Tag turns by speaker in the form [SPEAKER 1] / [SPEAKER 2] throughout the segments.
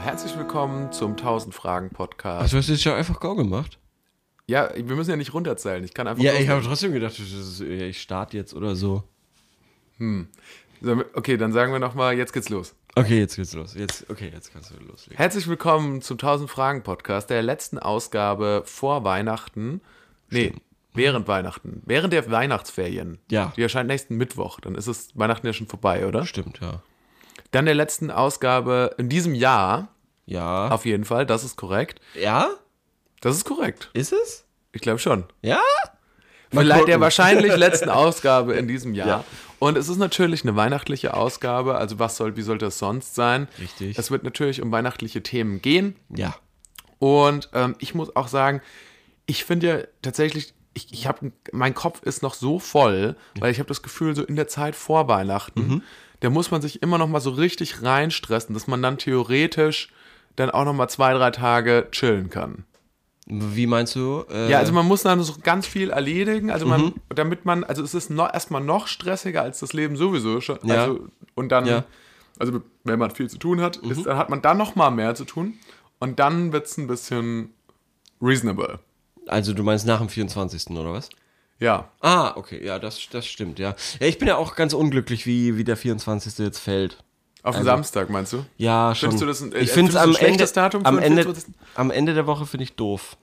[SPEAKER 1] Herzlich willkommen zum 1000 Fragen Podcast.
[SPEAKER 2] Also hast du jetzt ja einfach Go gemacht?
[SPEAKER 1] Ja, wir müssen ja nicht runterzählen. Ich kann einfach.
[SPEAKER 2] Also- Ja, ich
[SPEAKER 1] loslegen.
[SPEAKER 2] habe trotzdem gedacht, das ist- ich starte jetzt oder so.
[SPEAKER 1] Sollen wir- Okay, dann sagen wir nochmal, jetzt geht's los.
[SPEAKER 2] Okay, jetzt geht's los. Jetzt, okay, jetzt kannst du loslegen.
[SPEAKER 1] Herzlich willkommen zum 1000 Fragen Podcast, der letzten Ausgabe vor Weihnachten. Nee, während Weihnachten. Während der Weihnachtsferien.
[SPEAKER 2] Ja.
[SPEAKER 1] Die erscheint nächsten Mittwoch. Dann ist es Weihnachten ja schon vorbei, oder?
[SPEAKER 2] Stimmt, ja.
[SPEAKER 1] Dann der letzten Ausgabe in diesem Jahr.
[SPEAKER 2] Ja.
[SPEAKER 1] Auf jeden Fall, das ist korrekt.
[SPEAKER 2] ja?
[SPEAKER 1] Das ist korrekt.
[SPEAKER 2] Ist es?
[SPEAKER 1] Ich glaube schon.
[SPEAKER 2] Ja?
[SPEAKER 1] Vielleicht
[SPEAKER 2] gucken.
[SPEAKER 1] der wahrscheinlich letzten Ausgabe in diesem Jahr. Und es ist natürlich eine weihnachtliche Ausgabe. Also was soll, wie sollte es sonst sein?
[SPEAKER 2] Richtig.
[SPEAKER 1] Es wird natürlich um weihnachtliche Themen gehen.
[SPEAKER 2] Ja.
[SPEAKER 1] Und ähm, ich muss auch sagen, ich finde ja tatsächlich, ich, ich habe, mein Kopf ist noch so voll, weil ich habe das Gefühl, so in der Zeit vor Weihnachten,
[SPEAKER 2] Mhm.
[SPEAKER 1] da muss man sich immer noch mal so richtig reinstressen, dass man dann theoretisch dann auch noch mal zwei, drei Tage chillen kann.
[SPEAKER 2] Wie meinst du? äh, Mhm.
[SPEAKER 1] Ja, also man muss dann so ganz viel erledigen, also man, damit man, also es ist noch, erstmal noch stressiger als das Leben sowieso schon.
[SPEAKER 2] Ja.
[SPEAKER 1] Also, und dann,
[SPEAKER 2] Ja. Mhm.
[SPEAKER 1] also wenn man viel zu tun hat, ist, dann hat man dann noch mal mehr zu tun und dann wird's ein bisschen reasonable.
[SPEAKER 2] also du meinst nach dem 24. oder was?
[SPEAKER 1] Ja,
[SPEAKER 2] Ah, okay, ja, das, das stimmt, ja. Ja, ich bin ja auch ganz unglücklich, wie, wie der 24. jetzt fällt.
[SPEAKER 1] auf den
[SPEAKER 2] Also-
[SPEAKER 1] Samstag meinst du?
[SPEAKER 2] Ja, schon.
[SPEAKER 1] Findest du das ein- äh,
[SPEAKER 2] ich
[SPEAKER 1] findest
[SPEAKER 2] finde
[SPEAKER 1] du
[SPEAKER 2] es am
[SPEAKER 1] ein
[SPEAKER 2] Ende,
[SPEAKER 1] schlechtes Datum für
[SPEAKER 2] am,
[SPEAKER 1] den
[SPEAKER 2] Ende
[SPEAKER 1] 24.?
[SPEAKER 2] am Ende der Woche finde ich doof.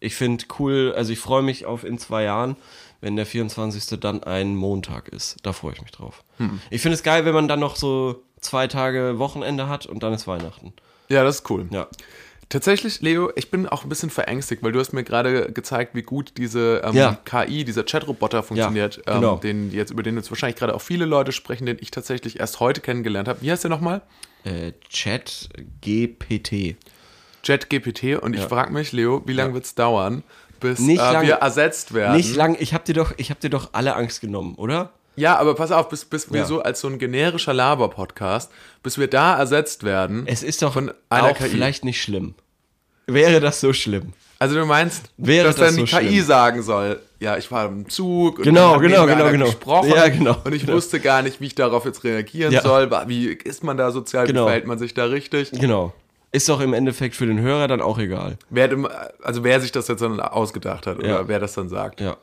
[SPEAKER 2] Ich finde cool, also ich freue mich auf in zwei Jahren, wenn der 24. dann ein Montag ist. Da freue ich mich drauf.
[SPEAKER 1] Hm.
[SPEAKER 2] Ich finde es geil, wenn man dann noch so zwei Tage Wochenende hat und dann ist Weihnachten.
[SPEAKER 1] Ja, das ist cool.
[SPEAKER 2] Ja.
[SPEAKER 1] Tatsächlich, Leo, ich bin auch ein bisschen verängstigt, weil du hast mir gerade gezeigt, wie gut diese ähm,
[SPEAKER 2] Ja.
[SPEAKER 1] KI, dieser Chatroboter funktioniert,
[SPEAKER 2] Ja, genau.
[SPEAKER 1] ähm, den jetzt, über den jetzt wahrscheinlich gerade auch viele Leute sprechen, den ich tatsächlich erst heute kennengelernt habe. Wie heißt der nochmal?
[SPEAKER 2] Äh, Chat GPT.
[SPEAKER 1] ChatGPT. Und ich frage mich, Leo, wie lange wird's wird es dauern, bis
[SPEAKER 2] Nicht
[SPEAKER 1] äh,
[SPEAKER 2] lang-
[SPEAKER 1] wir ersetzt werden?
[SPEAKER 2] Nicht lang, ich hab dir doch, ich hab dir doch alle Angst genommen, oder?
[SPEAKER 1] ja, aber pass auf, bis, bis wir
[SPEAKER 2] Ja.
[SPEAKER 1] so als so ein generischer Laber-Podcast, bis wir da ersetzt werden.
[SPEAKER 2] Es ist doch
[SPEAKER 1] Von einer
[SPEAKER 2] auch
[SPEAKER 1] KI.
[SPEAKER 2] vielleicht nicht schlimm. Wäre das so schlimm?
[SPEAKER 1] Also du meinst,
[SPEAKER 2] Wäre
[SPEAKER 1] dass
[SPEAKER 2] das
[SPEAKER 1] dann die
[SPEAKER 2] so
[SPEAKER 1] KI
[SPEAKER 2] schlimm?
[SPEAKER 1] sagen soll, ja, ich war im Zug und
[SPEAKER 2] Genau,
[SPEAKER 1] dann hat
[SPEAKER 2] genau,
[SPEAKER 1] neben mir
[SPEAKER 2] genau,
[SPEAKER 1] einer
[SPEAKER 2] genau.
[SPEAKER 1] gesprochen
[SPEAKER 2] Ja, genau,
[SPEAKER 1] und ich
[SPEAKER 2] genau.
[SPEAKER 1] wusste gar nicht, wie ich darauf jetzt reagieren
[SPEAKER 2] Ja.
[SPEAKER 1] soll, wa- wie ist man da sozial,
[SPEAKER 2] Genau.
[SPEAKER 1] wie verhält man sich da richtig?
[SPEAKER 2] Genau. Ist doch im Endeffekt für den Hörer dann auch egal.
[SPEAKER 1] Wer, dem- also wer sich das jetzt dann ausgedacht hat oder
[SPEAKER 2] Ja.
[SPEAKER 1] wer das dann sagt.
[SPEAKER 2] Ja.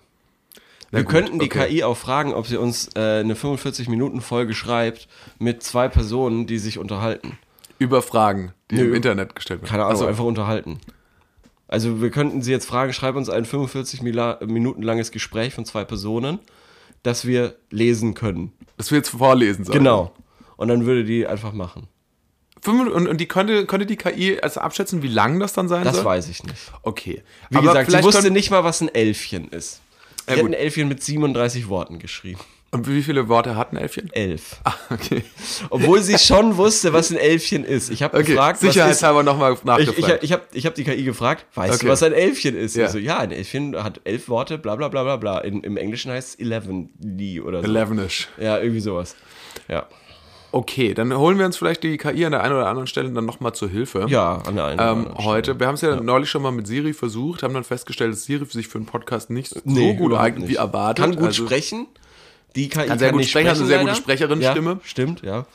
[SPEAKER 1] Na
[SPEAKER 2] Wir
[SPEAKER 1] gut,
[SPEAKER 2] könnten die
[SPEAKER 1] okay.
[SPEAKER 2] KI auch fragen, ob sie uns äh, eine 45-Minuten-Folge schreibt mit zwei Personen, die sich unterhalten.
[SPEAKER 1] über Fragen, die
[SPEAKER 2] Nö.
[SPEAKER 1] im Internet gestellt werden.
[SPEAKER 2] Keine Ahnung,
[SPEAKER 1] Ach so.
[SPEAKER 2] einfach unterhalten. Also wir könnten sie jetzt fragen, schreib uns ein 45 Mila Minuten langes Gespräch von zwei Personen, das wir lesen können.
[SPEAKER 1] dass wir jetzt vorlesen sollen.
[SPEAKER 2] Genau. Und dann würde die einfach machen.
[SPEAKER 1] Fünf- Und, und die konnte, konnte die KI also abschätzen, wie lang das dann sein
[SPEAKER 2] Das
[SPEAKER 1] soll?
[SPEAKER 2] weiß ich nicht.
[SPEAKER 1] Okay.
[SPEAKER 2] Wie gesagt, sie wusste
[SPEAKER 1] können-
[SPEAKER 2] nicht mal, was ein Elfchen ist. Sie
[SPEAKER 1] Ja,
[SPEAKER 2] hat
[SPEAKER 1] gut.
[SPEAKER 2] ein Elfchen mit 37 Worten geschrieben.
[SPEAKER 1] Und wie viele Worte hat ein Elfchen?
[SPEAKER 2] Elf.
[SPEAKER 1] Ah, okay.
[SPEAKER 2] Obwohl sie schon wusste, was ein Elfchen ist. Ich habe
[SPEAKER 1] Okay,
[SPEAKER 2] gefragt, was ist
[SPEAKER 1] sicherheitshalber nochmal nachgefragt.
[SPEAKER 2] Ich, ich, ich habe ich hab die KI gefragt, weißt
[SPEAKER 1] Okay.
[SPEAKER 2] du, was ein Elfchen ist?
[SPEAKER 1] Ja.
[SPEAKER 2] Ja. So, ja, ein Elfchen hat elf Worte, bla bla bla bla bla. In, Im Englischen heißt es 11 die oder so.
[SPEAKER 1] Elevenish.
[SPEAKER 2] Ja, irgendwie sowas. Ja,
[SPEAKER 1] Okay, dann holen wir uns vielleicht die KI an der einen oder anderen Stelle dann nochmal zur Hilfe.
[SPEAKER 2] ja an der einen oder
[SPEAKER 1] Ähm,
[SPEAKER 2] anderen Stelle.
[SPEAKER 1] heute, wir haben es ja, neulich schon mal mit Siri versucht, haben dann festgestellt, dass Siri sich für einen Podcast nicht so
[SPEAKER 2] Nee,
[SPEAKER 1] gut
[SPEAKER 2] überhaupt
[SPEAKER 1] eignet,
[SPEAKER 2] nicht.
[SPEAKER 1] wie erwartet.
[SPEAKER 2] Kann gut
[SPEAKER 1] Also,
[SPEAKER 2] sprechen. Die KI
[SPEAKER 1] Kann
[SPEAKER 2] kann,
[SPEAKER 1] sehr gut
[SPEAKER 2] nicht
[SPEAKER 1] sprechen,
[SPEAKER 2] sprechen.
[SPEAKER 1] hat eine sehr gute
[SPEAKER 2] leider.
[SPEAKER 1] Sprecherin-Stimme.
[SPEAKER 2] Ja, stimmt, ja.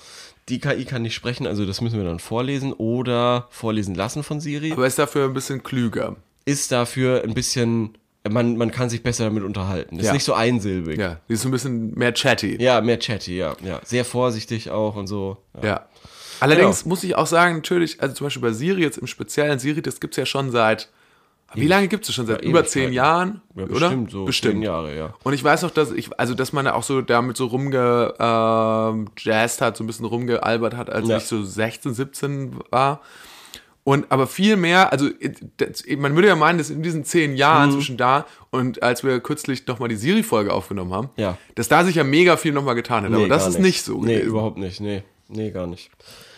[SPEAKER 2] Die KI kann nicht sprechen, also das müssen wir dann vorlesen oder vorlesen lassen von Siri.
[SPEAKER 1] Aber ist dafür ein bisschen klüger.
[SPEAKER 2] ist dafür ein bisschen, man, man kann sich besser damit unterhalten. Ist
[SPEAKER 1] Ja.
[SPEAKER 2] nicht so einsilbig.
[SPEAKER 1] Ja, die ist ein bisschen mehr chatty.
[SPEAKER 2] Ja, mehr chatty, ja, ja. Sehr vorsichtig auch und so. Ja.
[SPEAKER 1] Allerdings
[SPEAKER 2] Genau.
[SPEAKER 1] muss ich auch sagen, natürlich, also zum Beispiel bei Siri jetzt im Speziellen, Siri, das gibt es ja schon seit, wie lange gibt es schon? Seit
[SPEAKER 2] Ja,
[SPEAKER 1] über
[SPEAKER 2] Ewigkeiten.
[SPEAKER 1] zehn Jahren?
[SPEAKER 2] Ja,
[SPEAKER 1] oder?
[SPEAKER 2] bestimmt so zehn Jahre, ja.
[SPEAKER 1] Und ich weiß noch, dass ich, also dass man da auch so damit so rumgejazzt hat, so ein bisschen rumgealbert hat, als
[SPEAKER 2] Ja.
[SPEAKER 1] ich so 16, 17 war. Und aber viel mehr, also das, man würde ja meinen, dass in diesen zehn Jahren
[SPEAKER 2] Mhm.
[SPEAKER 1] zwischen da und als wir kürzlich nochmal die Siri-Folge aufgenommen haben,
[SPEAKER 2] Ja.
[SPEAKER 1] dass da sich ja mega viel nochmal getan hat. aber
[SPEAKER 2] Nee,
[SPEAKER 1] das
[SPEAKER 2] gar
[SPEAKER 1] ist nicht so.
[SPEAKER 2] Nee,
[SPEAKER 1] gewesen.
[SPEAKER 2] überhaupt nicht. Nee, nee, gar nicht.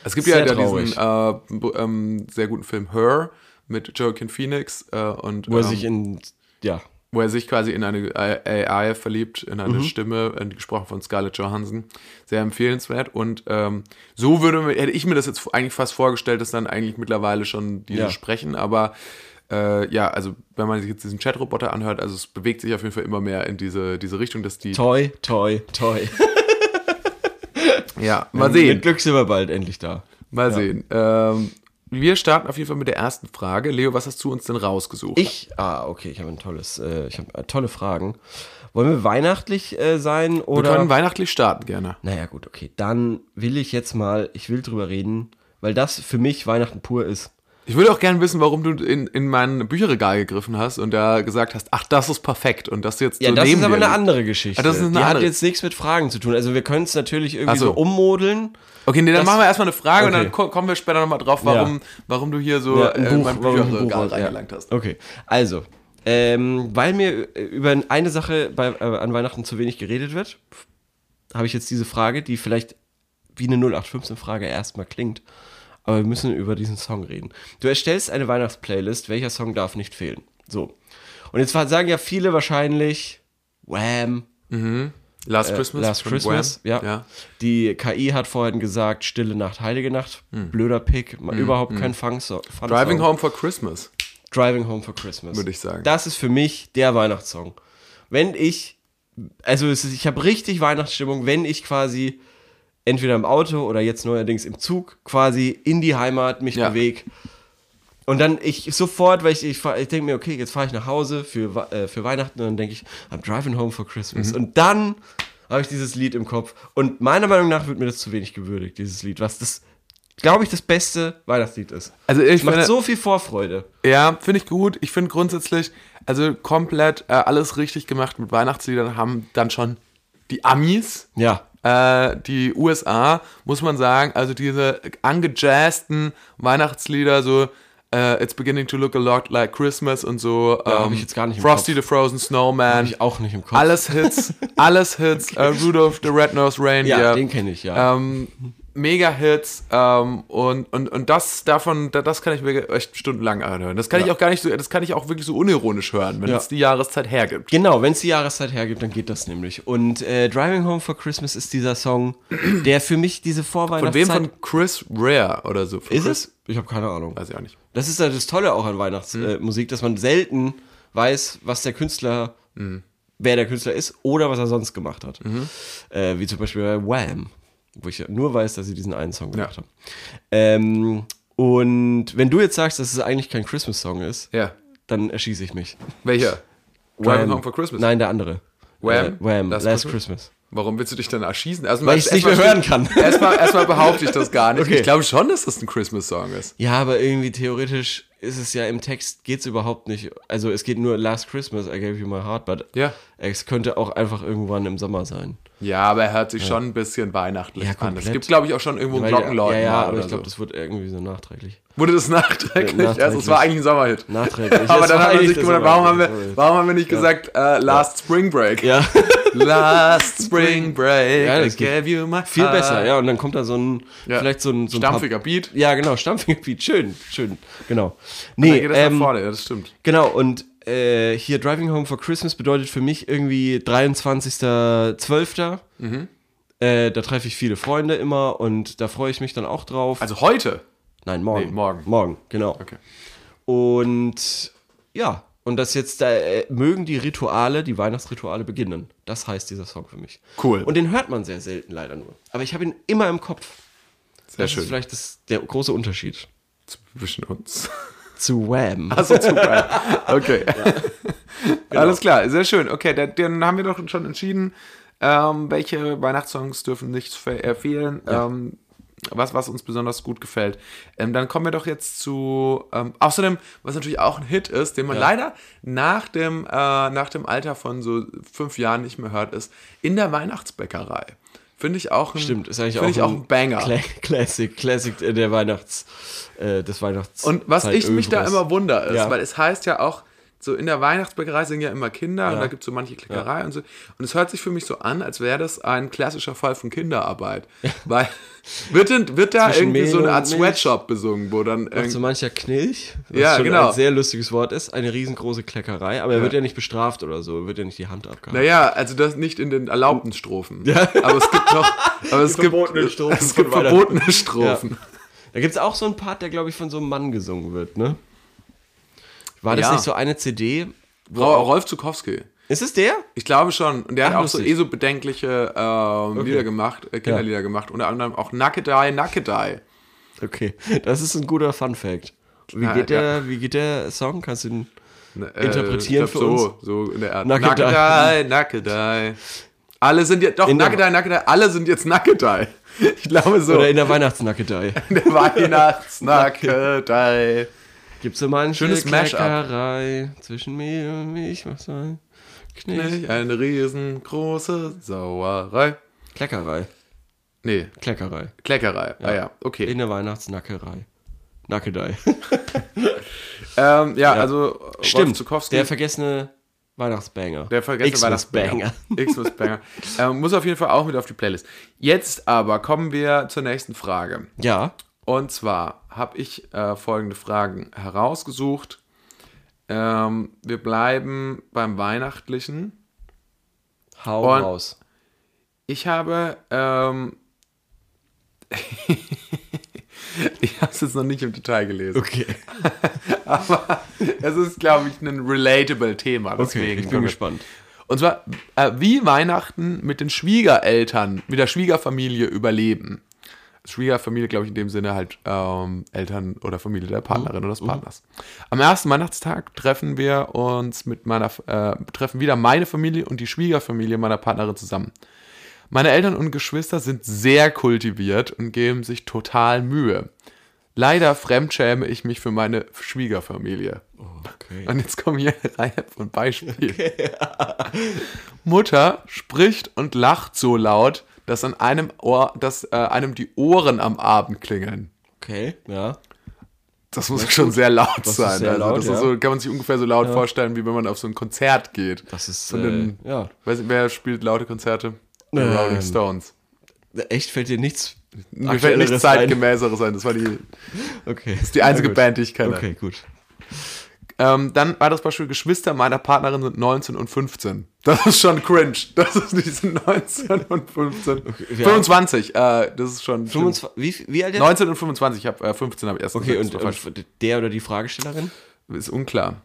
[SPEAKER 1] Es gibt
[SPEAKER 2] Sehr
[SPEAKER 1] ja da
[SPEAKER 2] traurig.
[SPEAKER 1] diesen äh, b- ähm, sehr guten Film Her mit Joaquin Phoenix äh, und
[SPEAKER 2] Wo er
[SPEAKER 1] ähm,
[SPEAKER 2] sich in, ja,
[SPEAKER 1] wo er sich quasi in eine AI verliebt, in
[SPEAKER 2] Mhm.
[SPEAKER 1] eine Stimme, äh, gesprochen von Scarlett Johansson. Sehr empfehlenswert. Und ähm, so würde mir- hätte ich mir das jetzt eigentlich fast vorgestellt, dass dann eigentlich mittlerweile schon diese
[SPEAKER 2] Ja.
[SPEAKER 1] sprechen, aber äh, ja, also wenn man sich jetzt diesen Chatroboter anhört, also es bewegt sich auf jeden Fall immer mehr in diese, diese Richtung, dass die.
[SPEAKER 2] toi, toi, toi.
[SPEAKER 1] Ja, mal
[SPEAKER 2] Mit
[SPEAKER 1] sehen.
[SPEAKER 2] Glück sind wir bald endlich da.
[SPEAKER 1] Mal sehen. Ähm, wir starten auf jeden Fall mit der ersten Frage. Leo, was hast du uns denn rausgesucht?
[SPEAKER 2] Ich, ah, okay, ich habe ein tolles, äh, ich habe äh, tolle Fragen. Wollen wir weihnachtlich äh, sein
[SPEAKER 1] wir
[SPEAKER 2] oder?
[SPEAKER 1] können weihnachtlich starten gerne.
[SPEAKER 2] naja, gut, okay. Dann will ich jetzt mal, ich will drüber reden, weil das für mich Weihnachten pur ist.
[SPEAKER 1] Ich würde auch gerne wissen, warum du in, in mein Bücherregal gegriffen hast und da gesagt hast, ach, das ist perfekt und das jetzt
[SPEAKER 2] Ja,
[SPEAKER 1] so
[SPEAKER 2] das
[SPEAKER 1] neben
[SPEAKER 2] ist aber
[SPEAKER 1] dir
[SPEAKER 2] eine
[SPEAKER 1] liegt.
[SPEAKER 2] andere Geschichte.
[SPEAKER 1] Ah, das ist eine
[SPEAKER 2] Die hat
[SPEAKER 1] andere.
[SPEAKER 2] jetzt nichts mit Fragen zu tun. Also wir können es natürlich
[SPEAKER 1] Ach
[SPEAKER 2] irgendwie
[SPEAKER 1] so.
[SPEAKER 2] so. ummodeln.
[SPEAKER 1] Okay, nee, dann
[SPEAKER 2] Das-
[SPEAKER 1] machen wir erstmal eine Frage und dann
[SPEAKER 2] Okay.
[SPEAKER 1] ko- kommen wir später nochmal drauf, warum, warum du hier so
[SPEAKER 2] Ja,
[SPEAKER 1] äh, in mein
[SPEAKER 2] warum ein Buch
[SPEAKER 1] Bücherregal
[SPEAKER 2] raus- ja.
[SPEAKER 1] reingelangt hast.
[SPEAKER 2] Okay, also, ähm, weil mir äh, über eine Sache bei, äh, an Weihnachten zu wenig geredet wird, f- habe ich jetzt diese Frage, die vielleicht wie eine 0815-Frage erstmal klingt. Aber wir müssen über diesen Song reden. Du erstellst eine Weihnachtsplaylist, welcher Song darf nicht fehlen? So. Und jetzt fa- sagen ja viele wahrscheinlich, Wham,
[SPEAKER 1] Last
[SPEAKER 2] äh,
[SPEAKER 1] Christmas?
[SPEAKER 2] Last
[SPEAKER 1] von
[SPEAKER 2] Christmas,
[SPEAKER 1] Wham?
[SPEAKER 2] ja. Die KI hat vorhin gesagt, Stille Nacht, Heilige Nacht, blöder Pick, ma- überhaupt kein Fun-Song. Fun
[SPEAKER 1] Hm. Driving Home for Christmas.
[SPEAKER 2] Driving Home for Christmas.
[SPEAKER 1] Würde ich sagen.
[SPEAKER 2] Das ist für mich der Weihnachtssong. Wenn ich, also es ist, ich habe richtig Weihnachtsstimmung, wenn ich quasi entweder im Auto oder jetzt neuerdings im Zug quasi in die Heimat mich
[SPEAKER 1] Ja.
[SPEAKER 2] bewege. Und dann ich sofort, weil ich, ich, fahr- ich denke mir, okay, jetzt fahre ich nach Hause für, Wa- äh, für Weihnachten und dann denke ich, I'm driving home for Christmas.
[SPEAKER 1] Mhm.
[SPEAKER 2] Und dann habe ich dieses Lied im Kopf. Und meiner Meinung nach wird mir das zu wenig gewürdigt, dieses Lied, was das, glaube ich, das beste Weihnachtslied ist.
[SPEAKER 1] Also ich
[SPEAKER 2] Macht
[SPEAKER 1] finde-
[SPEAKER 2] so viel Vorfreude.
[SPEAKER 1] Ja, finde ich gut. Ich finde grundsätzlich, also komplett äh, alles richtig gemacht mit Weihnachtsliedern haben dann schon die Amis,
[SPEAKER 2] Ja.
[SPEAKER 1] äh, die USA, muss man sagen. Also diese angejazzten Weihnachtslieder, so äh, It's Beginning to Look a Lot Like Christmas und so.
[SPEAKER 2] Ja, hab
[SPEAKER 1] ähm,
[SPEAKER 2] ich jetzt gar nicht im
[SPEAKER 1] Frosty
[SPEAKER 2] Kopf.
[SPEAKER 1] the Frozen Snowman.
[SPEAKER 2] Hab ich auch nicht im Kopf.
[SPEAKER 1] Alles Hits, alles Hits. Äh, Rudolph the Red-Nosed Reindeer.
[SPEAKER 2] Ja, den kenne ich, ja.
[SPEAKER 1] Ähm, Mega-Hits ähm, und, und, und das davon, da- das kann ich mir echt stundenlang anhören. Das kann ich auch gar nicht so, das kann ich auch wirklich so unironisch hören, wenn
[SPEAKER 2] Ja.
[SPEAKER 1] es die Jahreszeit hergibt.
[SPEAKER 2] Genau, wenn es die Jahreszeit hergibt, dann geht das nämlich. Und äh, Driving Home for Christmas ist dieser Song, der für mich diese
[SPEAKER 1] Von
[SPEAKER 2] Vorweihnachtszeit...
[SPEAKER 1] wem? Von Chris Rare oder so. Von
[SPEAKER 2] Ist
[SPEAKER 1] Chris?
[SPEAKER 2] es? Ich habe keine Ahnung.
[SPEAKER 1] Weiß ich auch nicht.
[SPEAKER 2] Das ist ja das Tolle auch an Weihnachtsmusik, äh, Musik, dass man selten weiß, was der Künstler, wer der Künstler ist oder was er sonst gemacht hat. Äh, wie zum Beispiel bei Wham, wo ich ja nur weiß, dass sie diesen einen Song gemacht
[SPEAKER 1] Ja.
[SPEAKER 2] haben. Ähm, und wenn du jetzt sagst, dass es eigentlich kein Christmas-Song ist,
[SPEAKER 1] Ja.
[SPEAKER 2] dann erschieße ich mich.
[SPEAKER 1] Welcher? Driving Home for Christmas?
[SPEAKER 2] Nein, der andere.
[SPEAKER 1] Wham?
[SPEAKER 2] Äh, Wham,
[SPEAKER 1] Last
[SPEAKER 2] Last,
[SPEAKER 1] Christmas?
[SPEAKER 2] Christmas.
[SPEAKER 1] Warum willst du dich dann erschießen? Also,
[SPEAKER 2] Weil ich's nicht
[SPEAKER 1] erstmal-
[SPEAKER 2] mehr hören kann.
[SPEAKER 1] Erstmal erstmal behaupte ich das gar nicht.
[SPEAKER 2] Okay.
[SPEAKER 1] Ich glaube schon, dass das ein Christmas-Song ist.
[SPEAKER 2] Ja, aber irgendwie theoretisch ist es ja im Text geht's überhaupt nicht. Also es geht nur Last Christmas, I gave you my heart, but
[SPEAKER 1] Ja.
[SPEAKER 2] es könnte auch einfach irgendwann im Sommer sein.
[SPEAKER 1] Ja, aber er hört sich schon ein bisschen weihnachtlich
[SPEAKER 2] Ja,
[SPEAKER 1] an. Es
[SPEAKER 2] komplett.
[SPEAKER 1] gibt, glaube ich, auch schon irgendwo ein
[SPEAKER 2] Weil-
[SPEAKER 1] Glockenläuten
[SPEAKER 2] Ja, ja,
[SPEAKER 1] mal
[SPEAKER 2] aber
[SPEAKER 1] oder
[SPEAKER 2] ich glaube,
[SPEAKER 1] so.
[SPEAKER 2] das wird irgendwie so nachträglich.
[SPEAKER 1] Wurde das nachträglich?
[SPEAKER 2] Ja, nachträglich.
[SPEAKER 1] Also es war eigentlich ein Sommerhit.
[SPEAKER 2] Nachträglich.
[SPEAKER 1] aber
[SPEAKER 2] Das
[SPEAKER 1] dann
[SPEAKER 2] war
[SPEAKER 1] hat man sich
[SPEAKER 2] eigentlich das
[SPEAKER 1] gewundert, warum haben,
[SPEAKER 2] Sommerhit.
[SPEAKER 1] wir, warum haben wir nicht gesagt äh, Last Spring Break?
[SPEAKER 2] Ja,
[SPEAKER 1] Last Spring Break,
[SPEAKER 2] Ja,
[SPEAKER 1] I
[SPEAKER 2] das geht
[SPEAKER 1] gave you my
[SPEAKER 2] viel
[SPEAKER 1] heart.
[SPEAKER 2] besser. Ja, Äh, und dann kommt da so ein
[SPEAKER 1] Ja.
[SPEAKER 2] vielleicht so ein so ein paar-
[SPEAKER 1] Stampfiger Beat.
[SPEAKER 2] Ja, genau, Stampfinger Beat. Schön, schön. Genau.
[SPEAKER 1] Dann
[SPEAKER 2] Nee,
[SPEAKER 1] geht das
[SPEAKER 2] ähm,
[SPEAKER 1] nach vorne, ja, das stimmt.
[SPEAKER 2] Genau, und äh, hier Driving Home for Christmas bedeutet für mich irgendwie 23.12.
[SPEAKER 1] Mhm.
[SPEAKER 2] Äh, da treffe ich viele Freunde immer und da freue ich mich dann auch drauf.
[SPEAKER 1] Also heute.
[SPEAKER 2] Nein, morgen.
[SPEAKER 1] nee, morgen.
[SPEAKER 2] Morgen, genau.
[SPEAKER 1] Okay.
[SPEAKER 2] Und ja, und das jetzt, äh, mögen die Rituale, die Weihnachtsrituale beginnen. Das heißt dieser Song für mich.
[SPEAKER 1] Cool.
[SPEAKER 2] Und den hört man sehr selten leider nur. Aber ich habe ihn immer im Kopf.
[SPEAKER 1] Sehr
[SPEAKER 2] das ist
[SPEAKER 1] schön.
[SPEAKER 2] vielleicht das, der große Unterschied
[SPEAKER 1] Zwischen uns.
[SPEAKER 2] zu Wham.
[SPEAKER 1] Achso, super. Okay.
[SPEAKER 2] Genau.
[SPEAKER 1] Alles klar, sehr schön. Okay, da- dann haben wir doch schon entschieden, ähm, welche Weihnachtssongs dürfen nicht fe- äh, fehlen. Ähm, was, was uns besonders gut gefällt. Ähm, dann kommen wir doch jetzt zu. Ähm, außerdem, was natürlich auch ein Hit ist, den man leider nach dem, äh, nach dem Alter von so fünf Jahren nicht mehr hört, ist in der Weihnachtsbäckerei. Finde ich auch ein,
[SPEAKER 2] Stimmt, ist eigentlich
[SPEAKER 1] finde
[SPEAKER 2] auch,
[SPEAKER 1] ich auch ein Banger.
[SPEAKER 2] Cla Classic, Classic äh, der Weihnachts, äh, des Weihnachts.
[SPEAKER 1] Und was ich mich da immer wundere ist,
[SPEAKER 2] halt Ja.
[SPEAKER 1] weil es heißt ja auch, so in der Weihnachtsbäckerei sind ja immer Kinder und da gibt es so manche Klickerei und so. Und es hört sich für mich so an, als wäre das ein klassischer Fall von Kinderarbeit. Weil wird, denn, wird da
[SPEAKER 2] Zwischen
[SPEAKER 1] irgendwie so eine
[SPEAKER 2] Mehl und
[SPEAKER 1] Art
[SPEAKER 2] Milch.
[SPEAKER 1] Sweatshop besungen, wo dann
[SPEAKER 2] so
[SPEAKER 1] irgendwie.
[SPEAKER 2] mancher Knilch, was
[SPEAKER 1] Ja,
[SPEAKER 2] schon
[SPEAKER 1] genau.
[SPEAKER 2] ein sehr lustiges Wort ist, eine riesengroße Kleckerei, aber er wird ja nicht bestraft oder so, er wird ja nicht die Hand abgehangen.
[SPEAKER 1] Naja, also das nicht in den erlaubten Strophen. Aber es gibt noch. Aber es gibt,
[SPEAKER 2] verbotenen Strophen
[SPEAKER 1] es gibt
[SPEAKER 2] von Weihnachten.
[SPEAKER 1] verbotene Strophen.
[SPEAKER 2] Da gibt es auch so einen Part, der, glaube ich, von so einem Mann gesungen wird, ne? War das
[SPEAKER 1] Ja.
[SPEAKER 2] nicht so eine CD?
[SPEAKER 1] Ra- Rolf Zukowski.
[SPEAKER 2] Ist es der?
[SPEAKER 1] Ich glaube schon. Und der hat
[SPEAKER 2] Ach,
[SPEAKER 1] auch so
[SPEAKER 2] lustig.
[SPEAKER 1] eh so äh, bedenkliche ähm, Lieder gemacht, äh, Kinderlieder gemacht. Unter anderem auch Naked Eye, Naked Eye.
[SPEAKER 2] Okay, das ist ein guter Fun Fact. Wie
[SPEAKER 1] Ja,
[SPEAKER 2] geht
[SPEAKER 1] Ah, ja.
[SPEAKER 2] der, wie geht der Song? Kannst du ihn
[SPEAKER 1] Ne,
[SPEAKER 2] Interpretieren
[SPEAKER 1] ich
[SPEAKER 2] für
[SPEAKER 1] glaub, so,
[SPEAKER 2] uns?
[SPEAKER 1] So in der Art.
[SPEAKER 2] Nackedei.
[SPEAKER 1] Nackedei, Nackedei. Alle sind jetzt, doch,
[SPEAKER 2] In der-
[SPEAKER 1] Nackedei, Nackedei, alle sind jetzt Nackedei. Ich glaube so.
[SPEAKER 2] oder in der Weihnachtsnackedei?
[SPEAKER 1] der Weihnachtsnackedei.
[SPEAKER 2] Gibt's so manche
[SPEAKER 1] Schönes Mash-up.
[SPEAKER 2] Kleckerei zwischen mir und mich? Was soll Knecht.
[SPEAKER 1] Nicht eine riesengroße Sauerei.
[SPEAKER 2] Kleckerei.
[SPEAKER 1] Nee,
[SPEAKER 2] Kleckerei.
[SPEAKER 1] Kleckerei. Ah ja, okay.
[SPEAKER 2] In der Weihnachtsnackerei. Nackedei.
[SPEAKER 1] Oh, Ähm, ja, also äh, Rolf
[SPEAKER 2] Stimmt.
[SPEAKER 1] Zukowski,
[SPEAKER 2] Der vergessene Weihnachtsbanger.
[SPEAKER 1] Der vergessene Weihnachtsbanger. Xmas Banger. ähm, muss auf jeden Fall auch mit auf die Playlist. Jetzt aber kommen wir zur nächsten Frage.
[SPEAKER 2] Ja.
[SPEAKER 1] Und zwar habe ich äh, folgende Fragen herausgesucht. Ähm, wir bleiben beim Weihnachtlichen.
[SPEAKER 2] Hau
[SPEAKER 1] Und-
[SPEAKER 2] raus.
[SPEAKER 1] Ich habe, ähm, ich habe es jetzt noch nicht im Detail gelesen.
[SPEAKER 2] Okay.
[SPEAKER 1] Aber es ist, glaube ich, ein relatable Thema. Deswegen
[SPEAKER 2] Okay, ich bin gespannt.
[SPEAKER 1] Und zwar, äh, wie Weihnachten mit den Schwiegereltern, mit der Schwiegerfamilie überleben. Schwiegerfamilie, glaube ich, in dem Sinne halt ähm, Eltern oder Familie der Partnerin oder des Partners. Am ersten Weihnachtstag treffen wir uns mit meiner, äh, treffen wieder meine Familie und die Schwiegerfamilie meiner Partnerin zusammen. Meine Eltern und Geschwister sind sehr kultiviert und geben sich total Mühe. Leider fremdschäme ich mich für meine Schwiegerfamilie.
[SPEAKER 2] Okay.
[SPEAKER 1] Und jetzt kommen hier eine Reihe von Beispielen. Mutter spricht und lacht so laut, dass an einem Ohr, dass äh, einem die Ohren am Abend klingeln.
[SPEAKER 2] Okay, ja.
[SPEAKER 1] Das muss schon sehr laut
[SPEAKER 2] ist
[SPEAKER 1] sein.
[SPEAKER 2] sehr
[SPEAKER 1] also,
[SPEAKER 2] laut,
[SPEAKER 1] das
[SPEAKER 2] ja.
[SPEAKER 1] ist so, kann man sich ungefähr so laut vorstellen, wie wenn man auf so ein Konzert geht.
[SPEAKER 2] Das ist,
[SPEAKER 1] Von den-
[SPEAKER 2] äh, ja.
[SPEAKER 1] Weiß nicht, wer spielt laute Konzerte? Die
[SPEAKER 2] Ähm,
[SPEAKER 1] Rolling Stones.
[SPEAKER 2] Echt fällt dir nichts
[SPEAKER 1] Mir fällt nichts zeitgemäßeres ein. Das war die,
[SPEAKER 2] Okay.
[SPEAKER 1] ist die einzige Band, die ich kenne.
[SPEAKER 2] Okay, gut.
[SPEAKER 1] Ähm, dann war das Beispiel Geschwister meiner Partnerin sind 19 und 15. Das ist schon cringe. Das ist nicht so 19 und 15.
[SPEAKER 2] wir-
[SPEAKER 1] 25, äh, das ist schon. schlimm.
[SPEAKER 2] 25, wie, wie alt der?
[SPEAKER 1] 19 und 25, ich hab, äh, 15 habe ich erst
[SPEAKER 2] Okay,
[SPEAKER 1] gesagt,
[SPEAKER 2] und,
[SPEAKER 1] das war falsch.
[SPEAKER 2] und der oder die Fragestellerin?
[SPEAKER 1] ist unklar.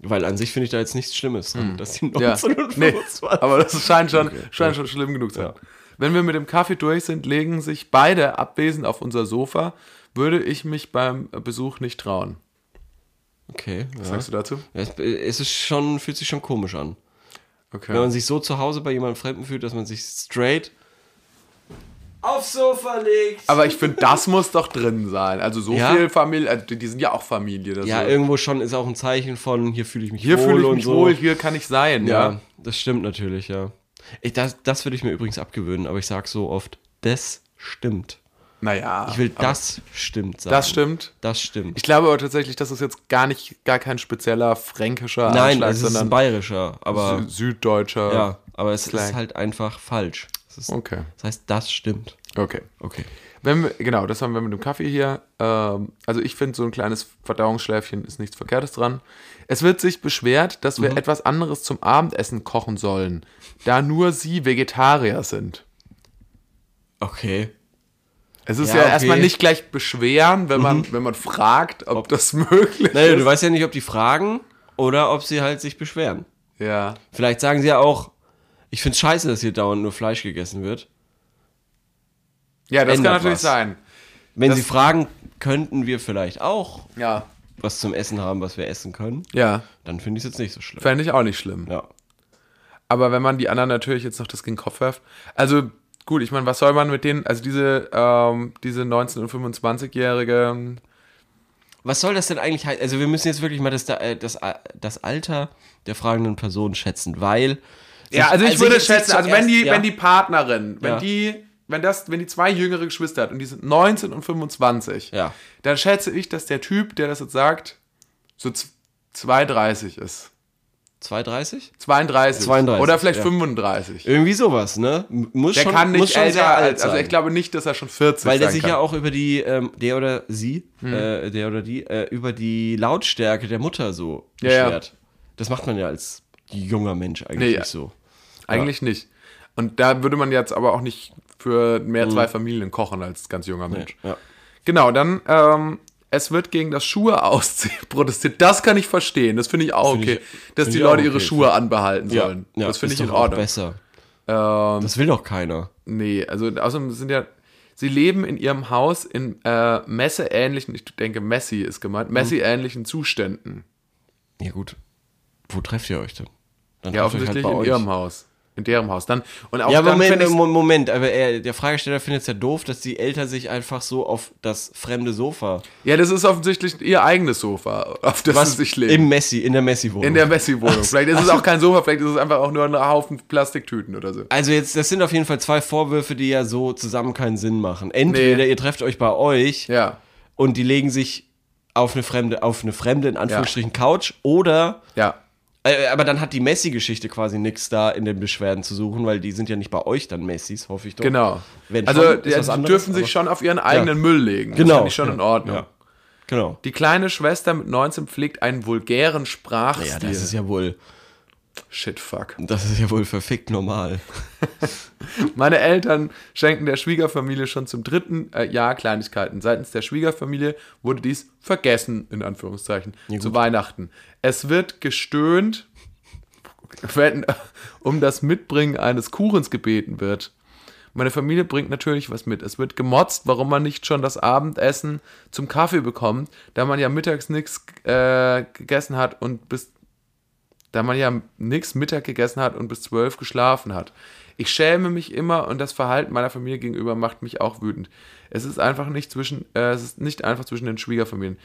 [SPEAKER 2] Weil an sich finde ich da jetzt nichts Schlimmes dran, dass die
[SPEAKER 1] Hm. Ja.
[SPEAKER 2] 19 und
[SPEAKER 1] nee,
[SPEAKER 2] 25.
[SPEAKER 1] aber das scheint schon, scheint schon schlimm genug zu sein.
[SPEAKER 2] Ja.
[SPEAKER 1] Wenn wir mit dem Kaffee durch sind, legen sich beide abwesend auf unser Sofa, würde ich mich beim Besuch nicht trauen.
[SPEAKER 2] Okay,
[SPEAKER 1] Was
[SPEAKER 2] ja.
[SPEAKER 1] sagst du dazu?
[SPEAKER 2] Es, es ist schon, fühlt sich schon komisch an. Wenn
[SPEAKER 1] Okay.
[SPEAKER 2] man sich so zu Hause bei jemandem Fremden fühlt, dass man sich straight aufs Sofa legt.
[SPEAKER 1] Aber ich finde, das muss doch drin sein. Also so
[SPEAKER 2] Ja.
[SPEAKER 1] viel Familie, also die- die sind ja auch Familie. Das
[SPEAKER 2] ja,
[SPEAKER 1] ist-
[SPEAKER 2] irgendwo schon ist auch ein Zeichen von, hier fühle ich mich
[SPEAKER 1] Hier
[SPEAKER 2] wohl
[SPEAKER 1] fühle ich
[SPEAKER 2] und
[SPEAKER 1] mich
[SPEAKER 2] so.
[SPEAKER 1] wohl, hier kann ich sein, ja.
[SPEAKER 2] Ja, das stimmt natürlich, ja. Ich, das das würde ich mir übrigens abgewöhnen, aber ich sage so oft, das stimmt.
[SPEAKER 1] Naja.
[SPEAKER 2] Ich will
[SPEAKER 1] aber
[SPEAKER 2] das stimmt sagen.
[SPEAKER 1] Das stimmt.
[SPEAKER 2] Das stimmt.
[SPEAKER 1] Ich glaube aber tatsächlich, das ist jetzt gar nicht, gar kein spezieller fränkischer
[SPEAKER 2] Nein,
[SPEAKER 1] Anschlag,
[SPEAKER 2] es ist ein
[SPEAKER 1] sondern
[SPEAKER 2] bayerischer, aber
[SPEAKER 1] sü- süddeutscher.
[SPEAKER 2] ja, aber es
[SPEAKER 1] Slang.
[SPEAKER 2] ist halt einfach falsch. Es ist,
[SPEAKER 1] Okay.
[SPEAKER 2] Das heißt, das stimmt.
[SPEAKER 1] Okay.
[SPEAKER 2] Okay.
[SPEAKER 1] Wenn wir, genau, das haben wir mit dem Kaffee hier. Ähm, also ich finde, so ein kleines Verdauungsschläfchen ist nichts Verkehrtes dran. Es wird sich beschwert, dass
[SPEAKER 2] Mhm.
[SPEAKER 1] wir etwas anderes zum Abendessen kochen sollen, da nur sie Vegetarier sind.
[SPEAKER 2] Okay.
[SPEAKER 1] Es ist ja,
[SPEAKER 2] Ja, okay.
[SPEAKER 1] erstmal nicht gleich beschweren, wenn man, wenn man fragt, ob, das möglich
[SPEAKER 2] Naja, du
[SPEAKER 1] ist.
[SPEAKER 2] weißt ja nicht, ob die fragen oder ob sie halt sich beschweren.
[SPEAKER 1] Ja.
[SPEAKER 2] Vielleicht sagen sie ja auch, ich find's scheiße, dass hier dauernd nur Fleisch gegessen wird.
[SPEAKER 1] Ja, das kann
[SPEAKER 2] Ändert
[SPEAKER 1] natürlich
[SPEAKER 2] was.
[SPEAKER 1] sein.
[SPEAKER 2] Wenn
[SPEAKER 1] Das-
[SPEAKER 2] sie fragen, könnten wir vielleicht auch
[SPEAKER 1] Ja.
[SPEAKER 2] was zum Essen haben, was wir essen können,
[SPEAKER 1] Ja,
[SPEAKER 2] dann finde ich es jetzt nicht so schlimm.
[SPEAKER 1] fände ich auch nicht schlimm.
[SPEAKER 2] Ja.
[SPEAKER 1] Aber wenn man die anderen natürlich jetzt noch das gegen den Kopf werft. Also gut, ich meine, was soll man mit denen, also diese, ähm, diese 19- und 25-Jährige,
[SPEAKER 2] Was soll das denn eigentlich heißen? Also wir müssen jetzt wirklich mal das, äh, das, äh, das Alter der fragenden Person schätzen, weil...
[SPEAKER 1] Ja, also ich würde
[SPEAKER 2] jetzt
[SPEAKER 1] schätzen,
[SPEAKER 2] nicht
[SPEAKER 1] also wenn die,
[SPEAKER 2] zuerst- ja.
[SPEAKER 1] wenn die Partnerin, wenn
[SPEAKER 2] Ja.
[SPEAKER 1] die, wenn das, wenn die zwei jüngere Geschwister hat und die sind 19 und 25,
[SPEAKER 2] Ja.
[SPEAKER 1] dann schätze ich, dass der Typ, der das jetzt sagt, so z- 2,30 ist.
[SPEAKER 2] 2,30?
[SPEAKER 1] 32.
[SPEAKER 2] 32,
[SPEAKER 1] Oder vielleicht
[SPEAKER 2] ja.
[SPEAKER 1] 35.
[SPEAKER 2] Irgendwie sowas, ne? M- Muss
[SPEAKER 1] Der
[SPEAKER 2] schon,
[SPEAKER 1] kann
[SPEAKER 2] muss
[SPEAKER 1] nicht
[SPEAKER 2] schon
[SPEAKER 1] älter
[SPEAKER 2] sehr alt
[SPEAKER 1] als,
[SPEAKER 2] sein.
[SPEAKER 1] also ich glaube nicht, dass er schon 40
[SPEAKER 2] Weil der
[SPEAKER 1] sein
[SPEAKER 2] sich
[SPEAKER 1] kann. Hm.
[SPEAKER 2] ja auch über die, ähm, der oder sie, äh, der oder die, äh, über die Lautstärke der Mutter so
[SPEAKER 1] Ja, ja.
[SPEAKER 2] beschwert. Das macht man ja als junger Mensch eigentlich
[SPEAKER 1] Nee, ja.
[SPEAKER 2] nicht so.
[SPEAKER 1] Eigentlich nicht. Und da würde man jetzt aber auch nicht für mehr
[SPEAKER 2] Mhm.
[SPEAKER 1] zwei Familien kochen als ganz junger Mensch.
[SPEAKER 2] Ja.
[SPEAKER 1] Genau, dann, ähm, es wird gegen das Schuhe ausziehen protestiert. Das kann ich verstehen. Das finde ich auch
[SPEAKER 2] Finde ich-
[SPEAKER 1] okay. dass
[SPEAKER 2] finde
[SPEAKER 1] die
[SPEAKER 2] ich auch
[SPEAKER 1] Leute ihre
[SPEAKER 2] okay.
[SPEAKER 1] Schuhe anbehalten
[SPEAKER 2] Ja,
[SPEAKER 1] sollen.
[SPEAKER 2] ja,
[SPEAKER 1] das finde
[SPEAKER 2] ist
[SPEAKER 1] ich in
[SPEAKER 2] doch auch
[SPEAKER 1] Ordnung.
[SPEAKER 2] besser.
[SPEAKER 1] Ähm,
[SPEAKER 2] Das will doch keiner.
[SPEAKER 1] nee, also außerdem sind ja, Sie leben in ihrem Haus in äh, messeähnlichen, ich denke, Messi ist
[SPEAKER 2] Mhm.
[SPEAKER 1] gemeint, Messi-ähnlichen Zuständen.
[SPEAKER 2] Ja, gut. Wo trefft ihr euch denn? Dann
[SPEAKER 1] Ja,
[SPEAKER 2] trefft ihr euch
[SPEAKER 1] offensichtlich
[SPEAKER 2] halt bei
[SPEAKER 1] in
[SPEAKER 2] euch.
[SPEAKER 1] ihrem Haus. In deren Haus. Dann, und auch
[SPEAKER 2] Ja, aber
[SPEAKER 1] dann fänd
[SPEAKER 2] Moment,
[SPEAKER 1] ich's-
[SPEAKER 2] Mo- Moment, aber er, der Fragesteller findet es ja doof, dass die Eltern sich einfach so auf das fremde Sofa,
[SPEAKER 1] ja, das ist offensichtlich ihr eigenes Sofa, auf das
[SPEAKER 2] was
[SPEAKER 1] sie sich leben.
[SPEAKER 2] im Messi, in der Messi-Wohnung.
[SPEAKER 1] In der Messi-Wohnung. Vielleicht ist es auch kein Sofa, vielleicht ist es einfach auch nur ein Haufen Plastiktüten oder so.
[SPEAKER 2] Also jetzt, das sind auf jeden Fall zwei Vorwürfe, die ja so zusammen keinen Sinn machen. Entweder ihr trefft euch bei euch
[SPEAKER 1] Ja,
[SPEAKER 2] und die legen sich auf eine fremde, auf eine fremde, in Anführungsstrichen, Couch, oder,
[SPEAKER 1] ja.
[SPEAKER 2] äh, aber dann hat die Messi-Geschichte quasi nichts da in den Beschwerden zu suchen, weil die sind ja nicht bei euch dann Messis, hoffe ich doch.
[SPEAKER 1] Genau.
[SPEAKER 2] Wenn
[SPEAKER 1] also
[SPEAKER 2] schon, ist
[SPEAKER 1] ja,
[SPEAKER 2] was
[SPEAKER 1] sie
[SPEAKER 2] anderes,
[SPEAKER 1] dürfen
[SPEAKER 2] aber-
[SPEAKER 1] sich schon auf ihren eigenen Müll legen. Das
[SPEAKER 2] Genau.
[SPEAKER 1] finde ich schon
[SPEAKER 2] ja,
[SPEAKER 1] in Ordnung.
[SPEAKER 2] Ja. Genau.
[SPEAKER 1] Die kleine Schwester mit 19 pflegt einen vulgären
[SPEAKER 2] Ja,
[SPEAKER 1] Sprachstil.
[SPEAKER 2] das ist ja wohl,
[SPEAKER 1] Shit, fuck.
[SPEAKER 2] das ist ja wohl verfickt normal.
[SPEAKER 1] Meine Eltern schenken der Schwiegerfamilie schon zum dritten äh, Jahr Kleinigkeiten. Seitens der Schwiegerfamilie wurde dies vergessen, in Anführungszeichen, zu Weihnachten. Es wird gestöhnt, wenn um das Mitbringen eines Kuchens gebeten wird. Meine Familie bringt natürlich was mit. Es wird gemotzt, warum man nicht schon das Abendessen zum Kaffee bekommt, da man ja mittags nichts äh, gegessen hat und bis da man ja nix Mittag gegessen hat und bis zwölf geschlafen hat. Ich schäme mich immer und das Verhalten meiner Familie gegenüber macht mich auch wütend. Es ist einfach nicht zwischen, äh, es ist nicht einfach zwischen den Schwiegerfamilien.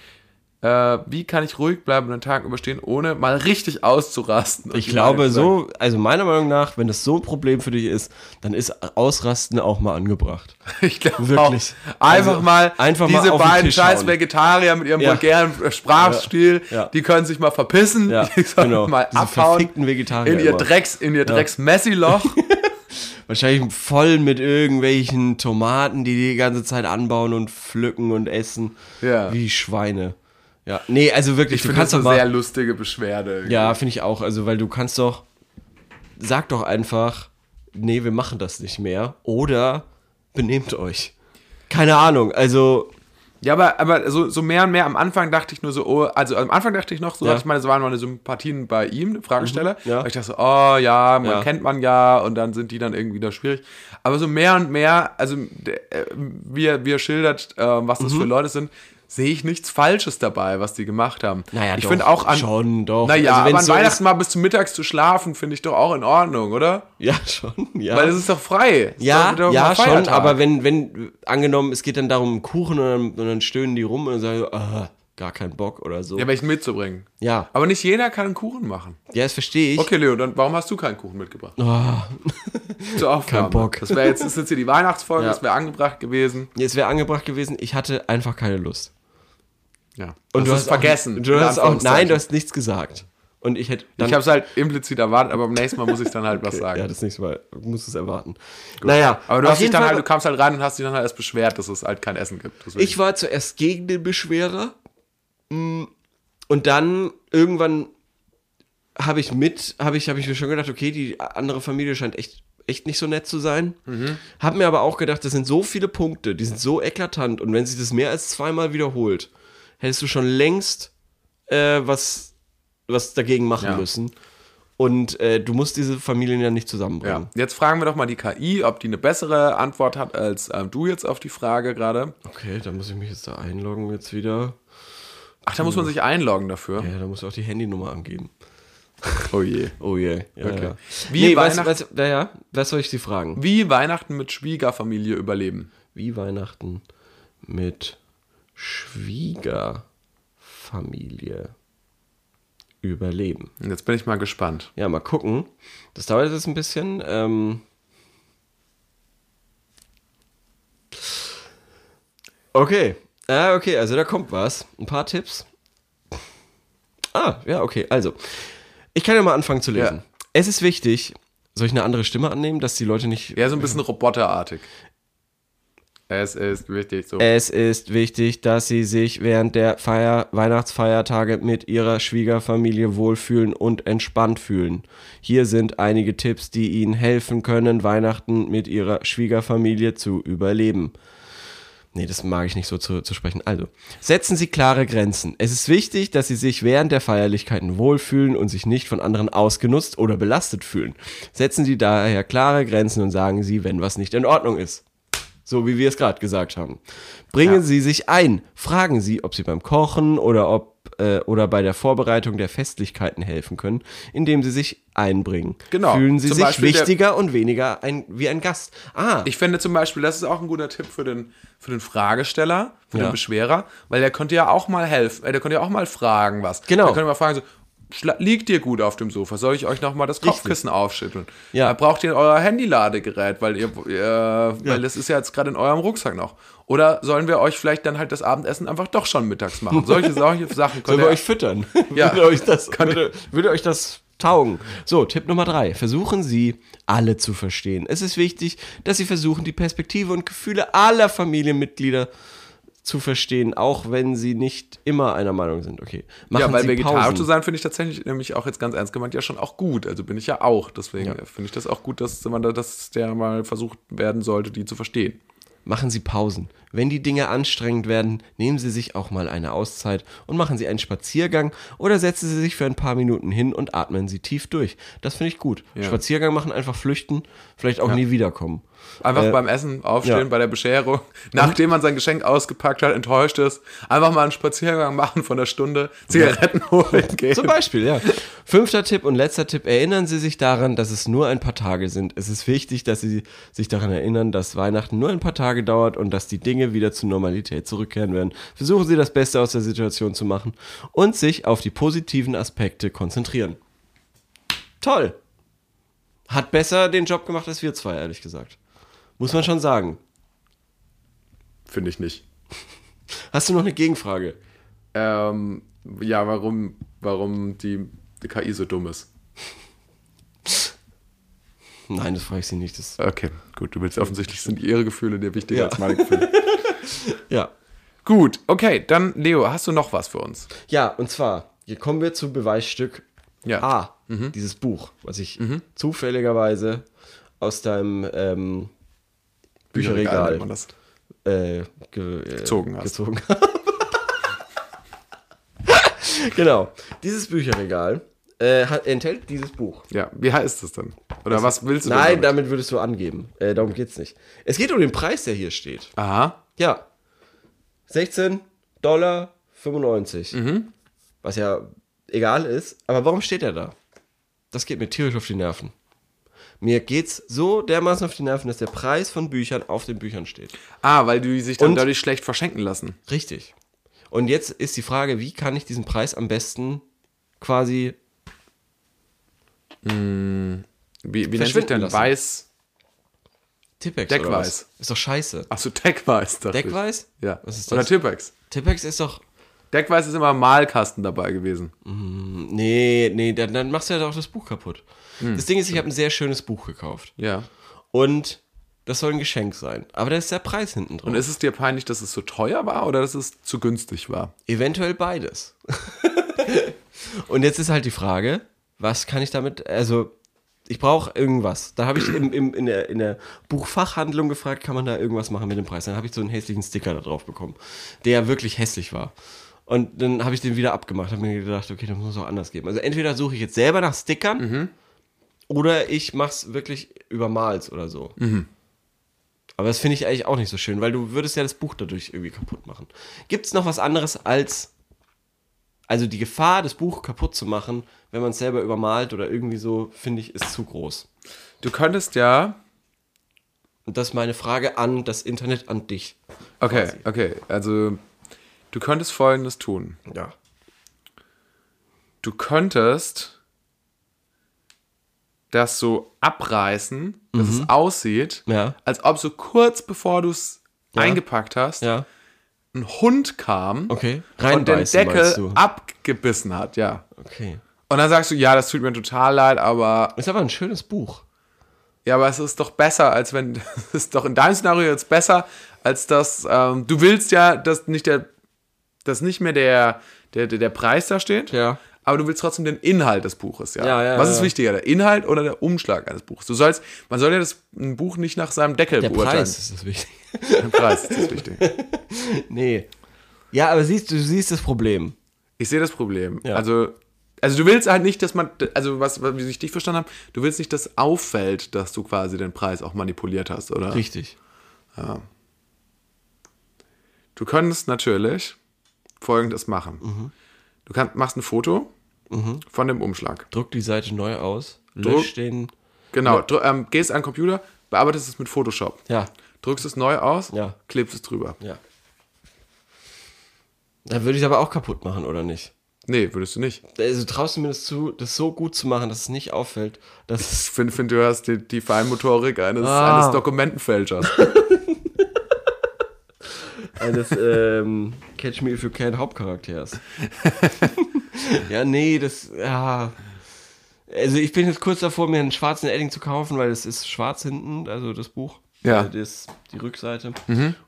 [SPEAKER 1] Äh, wie kann ich ruhig bleiben und den Tag überstehen, ohne mal richtig auszurasten? Und
[SPEAKER 2] Ich
[SPEAKER 1] die
[SPEAKER 2] glaube,
[SPEAKER 1] Wahrheit zu sagen?
[SPEAKER 2] so, also meiner Meinung nach, wenn das so ein Problem für dich ist, dann ist Ausrasten auch mal angebracht.
[SPEAKER 1] ich glaube
[SPEAKER 2] Wirklich.
[SPEAKER 1] Auch, einfach
[SPEAKER 2] Also,
[SPEAKER 1] mal
[SPEAKER 2] einfach mal
[SPEAKER 1] diese
[SPEAKER 2] auf den
[SPEAKER 1] beiden
[SPEAKER 2] Tisch
[SPEAKER 1] scheiß
[SPEAKER 2] hauen.
[SPEAKER 1] Vegetarier mit ihrem
[SPEAKER 2] Ja.
[SPEAKER 1] vulgären Sprachstil,
[SPEAKER 2] Ja. Ja.
[SPEAKER 1] die können sich mal verpissen,
[SPEAKER 2] Ja,
[SPEAKER 1] die sollen
[SPEAKER 2] genau.
[SPEAKER 1] mal
[SPEAKER 2] Diese
[SPEAKER 1] abhauen
[SPEAKER 2] verfickten Vegetarier
[SPEAKER 1] in ihr
[SPEAKER 2] immer.
[SPEAKER 1] Drecks, in ihr Drecks-Messi-Loch.
[SPEAKER 2] Wahrscheinlich voll mit irgendwelchen Tomaten, die die die ganze Zeit anbauen und pflücken und essen.
[SPEAKER 1] Ja.
[SPEAKER 2] Wie Schweine. Ja, nee, also wirklich,
[SPEAKER 1] Ich finde das
[SPEAKER 2] doch
[SPEAKER 1] eine sehr lustige Beschwerde.
[SPEAKER 2] Ja, finde ich auch. Also, weil du kannst doch, sag doch einfach, nee, wir machen das nicht mehr. Oder benehmt euch. Keine Ahnung. Also,
[SPEAKER 1] Ja, aber, aber so, so mehr und mehr am Anfang dachte ich nur so, oh, also am Anfang dachte ich noch so,
[SPEAKER 2] Ja. Mhm,
[SPEAKER 1] hatte ich meine, so waren meine Sympathien bei ihm, dem Fragesteller.
[SPEAKER 2] ja.
[SPEAKER 1] Weil Ich dachte so, oh ja, man
[SPEAKER 2] Ja.
[SPEAKER 1] kennt man ja und dann sind die dann irgendwie da schwierig. Aber so mehr und mehr, also d- äh, wie, er- wie er schildert, äh, was
[SPEAKER 2] Mhm.
[SPEAKER 1] das für Leute sind, sehe ich nichts Falsches dabei, was die gemacht haben.
[SPEAKER 2] Naja,
[SPEAKER 1] ich
[SPEAKER 2] doch,
[SPEAKER 1] finde auch an.
[SPEAKER 2] schon, doch.
[SPEAKER 1] Naja,
[SPEAKER 2] Also,
[SPEAKER 1] aber
[SPEAKER 2] wenn's
[SPEAKER 1] an
[SPEAKER 2] so
[SPEAKER 1] Weihnachten mal bis zum Mittags zu schlafen, finde ich doch auch in Ordnung, oder?
[SPEAKER 2] ja, schon, ja.
[SPEAKER 1] Weil es ist doch frei. Es ist
[SPEAKER 2] Ja,
[SPEAKER 1] doch- doch
[SPEAKER 2] ja,
[SPEAKER 1] mal Ah.
[SPEAKER 2] schon,
[SPEAKER 1] Feiertag.
[SPEAKER 2] aber wenn, wenn, angenommen, es geht dann darum, einen Kuchen und dann, und dann stöhnen die rum und dann sagen, ah, gar keinen Bock oder so.
[SPEAKER 1] Ja,
[SPEAKER 2] Ja,
[SPEAKER 1] welchen mitzubringen.
[SPEAKER 2] ja,
[SPEAKER 1] Aber nicht jeder kann einen Kuchen machen.
[SPEAKER 2] das verstehe ich.
[SPEAKER 1] Okay, Leo, dann warum hast du keinen Kuchen mitgebracht?
[SPEAKER 2] Ah,
[SPEAKER 1] Zur Aufnahme.
[SPEAKER 2] Kein Bock.
[SPEAKER 1] Das wäre jetzt, das ist jetzt hier die Weihnachtsfolge,
[SPEAKER 2] Ja.
[SPEAKER 1] das wäre angebracht gewesen.
[SPEAKER 2] es wäre angebracht gewesen, ich hatte einfach keine Lust.
[SPEAKER 1] Ja.
[SPEAKER 2] Und
[SPEAKER 1] Das
[SPEAKER 2] du
[SPEAKER 1] ist
[SPEAKER 2] hast
[SPEAKER 1] vergessen.
[SPEAKER 2] Auch, du
[SPEAKER 1] in
[SPEAKER 2] hast auch, nein, du
[SPEAKER 1] Anführungszeichen.
[SPEAKER 2] hast nichts gesagt. Und ich hätte dann
[SPEAKER 1] ich habe es halt implizit erwartet, aber beim nächsten Mal muss ich dann halt was sagen.
[SPEAKER 2] Ja, das nächste Mal musst du es erwarten. Naja,
[SPEAKER 1] aber du,
[SPEAKER 2] auf
[SPEAKER 1] hast dich
[SPEAKER 2] jeden
[SPEAKER 1] dann
[SPEAKER 2] Fall-
[SPEAKER 1] halt, du kamst halt rein und hast dich dann halt erst beschwert, dass es halt kein Essen gibt. Deswegen-
[SPEAKER 2] Ich war zuerst gegen den Beschwerer. Mm, Und dann irgendwann habe ich mit, habe ich, habe ich mir schon gedacht, okay, die andere Familie scheint echt, echt nicht so nett zu sein. Habe mir aber auch gedacht, das sind so viele Punkte, die sind so eklatant. Und wenn sich das mehr als zweimal wiederholt, hättest du schon längst äh, was, was dagegen machen
[SPEAKER 1] Ja.
[SPEAKER 2] müssen. Und äh, du musst diese Familien ja nicht zusammenbringen.
[SPEAKER 1] ja. Jetzt fragen wir doch mal die KI, ob die eine bessere Antwort hat als ähm, du jetzt auf die Frage gerade.
[SPEAKER 2] Okay, dann muss ich mich jetzt da einloggen jetzt wieder.
[SPEAKER 1] Ach, da muss man sich einloggen dafür.
[SPEAKER 2] Ja, da muss ich auch die Handynummer angeben.
[SPEAKER 1] Oh je.
[SPEAKER 2] Oh je. Ja,
[SPEAKER 1] Okay.
[SPEAKER 2] ja.
[SPEAKER 1] Wie
[SPEAKER 2] Wie nee, was,
[SPEAKER 1] Weihnacht-
[SPEAKER 2] was, ja, ja, was soll ich Sie fragen?
[SPEAKER 1] Wie Weihnachten mit Schwiegerfamilie überleben?
[SPEAKER 2] Wie Weihnachten mit Schwiegerfamilie überleben?
[SPEAKER 1] Und Jetzt bin ich mal gespannt.
[SPEAKER 2] Ja, mal gucken. Das dauert jetzt ein bisschen. Ähm okay. Ah, okay, also da kommt was. Ein paar Tipps. Ah, ja, okay. Also, ich kann ja mal anfangen zu lesen.
[SPEAKER 1] Ja.
[SPEAKER 2] Es ist wichtig, soll ich eine andere Stimme annehmen, dass die Leute nicht.
[SPEAKER 1] Ja, so ein bisschen roboterartig. Es ist wichtig so.
[SPEAKER 2] Es ist wichtig, dass sie sich während der Feier Weihnachtsfeiertage mit ihrer Schwiegerfamilie wohlfühlen und entspannt fühlen. Hier sind einige Tipps, die ihnen helfen können, Weihnachten mit ihrer Schwiegerfamilie zu überleben. Nee, das mag ich nicht so zu, zu sprechen. Also, setzen Sie klare Grenzen. Es ist wichtig, dass Sie sich während der Feierlichkeiten wohlfühlen und sich nicht von anderen ausgenutzt oder belastet fühlen. Setzen Sie daher klare Grenzen und sagen Sie, wenn was nicht in Ordnung ist. So wie wir es gerade gesagt haben. Bringen
[SPEAKER 1] Ja.
[SPEAKER 2] Sie sich ein. Fragen Sie, ob Sie beim Kochen oder ob äh, oder bei der Vorbereitung der Festlichkeiten helfen können, indem Sie sich einbringen.
[SPEAKER 1] Genau.
[SPEAKER 2] Fühlen Sie
[SPEAKER 1] Zum
[SPEAKER 2] sich
[SPEAKER 1] Beispiel der-
[SPEAKER 2] wichtiger und weniger ein, wie ein Gast. Ah,
[SPEAKER 1] Ich finde zum Beispiel, das ist auch ein guter Tipp für den, für den Fragesteller, für
[SPEAKER 2] Ja.
[SPEAKER 1] den Beschwerer, weil der könnte ja auch mal helfen, äh, der könnte ja auch mal fragen was.
[SPEAKER 2] Genau.
[SPEAKER 1] Der könnte mal fragen, so, schla- liegt ihr gut auf dem Sofa? Soll ich euch nochmal das Kopfkissen aufschütteln?
[SPEAKER 2] Ja.
[SPEAKER 1] Äh, Braucht ihr euer Handyladegerät, weil ihr, äh, weil das ist ja jetzt gerade in eurem Rucksack noch. Oder sollen wir euch vielleicht dann halt das Abendessen einfach doch schon mittags machen? Solche, solche Sachen
[SPEAKER 2] Sollen
[SPEAKER 1] könnte
[SPEAKER 2] wir
[SPEAKER 1] er-
[SPEAKER 2] euch füttern?
[SPEAKER 1] Ja.
[SPEAKER 2] würde, euch das,
[SPEAKER 1] Kann-
[SPEAKER 2] würde, würde euch das taugen? So, Tipp Nummer drei. Versuchen Sie, alle zu verstehen. Es ist wichtig, dass Sie versuchen, die Perspektive und Gefühle aller Familienmitglieder zu verstehen, auch wenn Sie nicht immer einer Meinung sind. Okay. Machen
[SPEAKER 1] Ja, weil
[SPEAKER 2] Sie
[SPEAKER 1] Vegetarier
[SPEAKER 2] Pausen.
[SPEAKER 1] zu sein, finde ich tatsächlich nämlich auch jetzt ganz ernst gemeint ja schon auch gut. Also bin ich ja auch. Deswegen
[SPEAKER 2] Ja.
[SPEAKER 1] finde ich das auch gut, dass man da, dass der mal versucht werden sollte, die zu verstehen.
[SPEAKER 2] Machen Sie Pausen. Wenn die Dinge anstrengend werden, nehmen Sie sich auch mal eine Auszeit und machen Sie einen Spaziergang oder setzen Sie sich für ein paar Minuten hin und atmen Sie tief durch. Das finde ich gut.
[SPEAKER 1] Ja.
[SPEAKER 2] Spaziergang machen, einfach flüchten, vielleicht auch nie wiederkommen.
[SPEAKER 1] Einfach beim Essen aufstehen,
[SPEAKER 2] Äh, ja. Mhm.
[SPEAKER 1] bei der Bescherung, nachdem man sein Geschenk ausgepackt hat, enttäuscht ist, einfach mal einen Spaziergang machen von der Stunde, Zigaretten holen gehen.
[SPEAKER 2] Zum Beispiel, ja. Fünfter Tipp und letzter Tipp. Erinnern Sie sich daran, dass es nur ein paar Tage sind. Es ist wichtig, dass Sie sich daran erinnern, dass Weihnachten nur ein paar Tage dauert und dass die Dinge wieder zur Normalität zurückkehren werden. Versuchen Sie, das Beste aus der Situation zu machen und sich auf die positiven Aspekte konzentrieren. Toll. Hat besser den Job gemacht als wir zwei, ehrlich gesagt. Muss man schon sagen.
[SPEAKER 1] Finde ich nicht.
[SPEAKER 2] Hast du noch eine Gegenfrage?
[SPEAKER 1] Ähm, ja, warum, warum die KI so dumm ist.
[SPEAKER 2] Nein, das frage ich Sie nicht. Das,
[SPEAKER 1] Okay, gut, du willst offensichtlich sind ihre Gefühle dir wichtiger
[SPEAKER 2] Ja.
[SPEAKER 1] als meine Gefühle.
[SPEAKER 2] ja.
[SPEAKER 1] gut, okay, dann Leo, hast du noch was für uns?
[SPEAKER 2] Ja, und zwar, hier kommen wir zu Beweisstück
[SPEAKER 1] Ja.
[SPEAKER 2] A, Ah,
[SPEAKER 1] Mhm.
[SPEAKER 2] dieses Buch, was ich zufälligerweise aus deinem ähm, Bücherregal
[SPEAKER 1] nennt man das.
[SPEAKER 2] äh, ge äh,
[SPEAKER 1] Gezogen hast.
[SPEAKER 2] Gezogen habe. genau, dieses Bücherregal äh, hat, enthält dieses Buch.
[SPEAKER 1] Ja, wie heißt das denn? Oder was willst du denn
[SPEAKER 2] Nein,
[SPEAKER 1] damit?
[SPEAKER 2] damit würdest du angeben. Äh, darum geht's nicht. Es geht um den Preis, der hier steht.
[SPEAKER 1] Aha,
[SPEAKER 2] Ja. 16 Dollar 95.
[SPEAKER 1] Mhm.
[SPEAKER 2] Was ja egal ist. Aber warum steht er da? Das geht mir tierisch auf die Nerven. Mir geht's so dermaßen auf die Nerven, dass der Preis von Büchern auf den Büchern steht.
[SPEAKER 1] ah, weil die sich dann
[SPEAKER 2] Und-
[SPEAKER 1] dadurch schlecht verschenken lassen.
[SPEAKER 2] Richtig. Und jetzt ist die Frage, wie kann ich diesen Preis am besten quasi
[SPEAKER 1] Wie, wie nennt sich
[SPEAKER 2] Verschwinden
[SPEAKER 1] denn
[SPEAKER 2] lassen.
[SPEAKER 1] Weiß?
[SPEAKER 2] Tippex oder was?
[SPEAKER 1] Deckweiß.
[SPEAKER 2] Ist doch scheiße.
[SPEAKER 1] Achso, Deckweiß. dachte ich.
[SPEAKER 2] Deckweiß?
[SPEAKER 1] Ja.
[SPEAKER 2] Was ist
[SPEAKER 1] Oder
[SPEAKER 2] das?
[SPEAKER 1] Tippex.
[SPEAKER 2] Tippex ist doch
[SPEAKER 1] Deckweiß ist immer im Malkasten dabei gewesen.
[SPEAKER 2] Nee, nee, dann, dann machst du ja doch das Buch kaputt.
[SPEAKER 1] Hm.
[SPEAKER 2] das Ding ist, ich habe ein sehr schönes Buch gekauft.
[SPEAKER 1] Ja.
[SPEAKER 2] Und das soll ein Geschenk sein. Aber da ist der Preis hinten drin.
[SPEAKER 1] Und ist es dir peinlich, dass es so teuer war oder dass es zu günstig war?
[SPEAKER 2] Eventuell beides. und jetzt ist halt die Frage, was kann ich damit, also ich brauche irgendwas. Da habe ich im, im, in, der, in der Buchfachhandlung gefragt, kann man da irgendwas machen mit dem Preis? Dann habe ich so einen hässlichen Sticker da drauf bekommen, der wirklich hässlich war. Und dann habe ich den wieder abgemacht, habe mir gedacht, okay, das muss es auch anders geben. Also entweder suche ich jetzt selber nach Stickern
[SPEAKER 1] Mhm.
[SPEAKER 2] oder ich mache es wirklich übermals oder so. Aber das finde ich eigentlich auch nicht so schön, weil du würdest ja das Buch dadurch irgendwie kaputt machen. Gibt es noch was anderes als, also die Gefahr, das Buch kaputt zu machen, wenn man es selber übermalt oder irgendwie so, finde ich, ist zu groß.
[SPEAKER 1] Du könntest ja.
[SPEAKER 2] Und das ist meine Frage an das Internet, an dich.
[SPEAKER 1] Okay,
[SPEAKER 2] Quasi.
[SPEAKER 1] okay. Also, du könntest folgendes tun.
[SPEAKER 2] Ja.
[SPEAKER 1] Du könntest das so abreißen, dass es aussieht,
[SPEAKER 2] Mhm. Ja.
[SPEAKER 1] als ob so kurz bevor du es eingepackt hast,
[SPEAKER 2] Ja.
[SPEAKER 1] ein Hund kam
[SPEAKER 2] Okay. Ah.
[SPEAKER 1] und den
[SPEAKER 2] Reinbeißen, meinst
[SPEAKER 1] Deckel
[SPEAKER 2] du?
[SPEAKER 1] abgebissen hat, ja.
[SPEAKER 2] Okay.
[SPEAKER 1] Und dann sagst du, ja, das tut mir total leid, aber
[SPEAKER 2] Ist aber ein schönes Buch.
[SPEAKER 1] ja, aber es ist doch besser, als wenn es ist doch in deinem Szenario jetzt besser, als dass ähm, du willst ja, dass nicht der, dass nicht mehr der der, der, der Preis da steht.
[SPEAKER 2] Ja.
[SPEAKER 1] Aber du willst trotzdem den Inhalt des Buches, ja.
[SPEAKER 2] Ja, ja,
[SPEAKER 1] Was
[SPEAKER 2] ja,
[SPEAKER 1] ist
[SPEAKER 2] ja.
[SPEAKER 1] wichtiger, der Inhalt oder der Umschlag eines Buches? Du sollst, man soll ja das ein Buch nicht nach seinem Deckel
[SPEAKER 2] Der
[SPEAKER 1] beurteilen.
[SPEAKER 2] Preis ist das Wichtige.
[SPEAKER 1] Der Preis ist das Wichtige.
[SPEAKER 2] Nee. Ja, aber siehst du, du siehst das Problem.
[SPEAKER 1] Ich sehe das Problem.
[SPEAKER 2] Ja.
[SPEAKER 1] Also, also du willst halt nicht, dass man, also was, was- wie ich dich verstanden habe, du willst nicht, dass auffällt, dass du quasi den Preis auch manipuliert hast, oder?
[SPEAKER 2] Richtig.
[SPEAKER 1] Du könntest natürlich Folgendes machen.
[SPEAKER 2] Mhm.
[SPEAKER 1] Du kannst, machst ein Foto von dem Umschlag.
[SPEAKER 2] Druck die Seite neu aus,
[SPEAKER 1] Druck-
[SPEAKER 2] lösch den.
[SPEAKER 1] Genau. Dr- Ähm, gehst an den Computer, bearbeitest es mit Photoshop.
[SPEAKER 2] Ja,
[SPEAKER 1] Drückst es neu aus,
[SPEAKER 2] Ja.
[SPEAKER 1] klebst es drüber.
[SPEAKER 2] ja. Dann würde ich es aber auch kaputt machen, oder nicht?
[SPEAKER 1] Nee, würdest du nicht.
[SPEAKER 2] Also traust du mir das zu, das so gut zu machen, dass es nicht auffällt, dass es
[SPEAKER 1] Ich finde, find, du hast die, die Feinmotorik eines,
[SPEAKER 2] Ah.
[SPEAKER 1] eines Dokumentenfälschers.
[SPEAKER 2] eines ähm, Catch Me If You Can Hauptcharakters. ja, nee, das. Ja. Also ich bin jetzt kurz davor, mir einen schwarzen Edding zu kaufen, weil das ist schwarz hinten, also das Buch.
[SPEAKER 1] Ja. Mhm.
[SPEAKER 2] Also das, die Rückseite.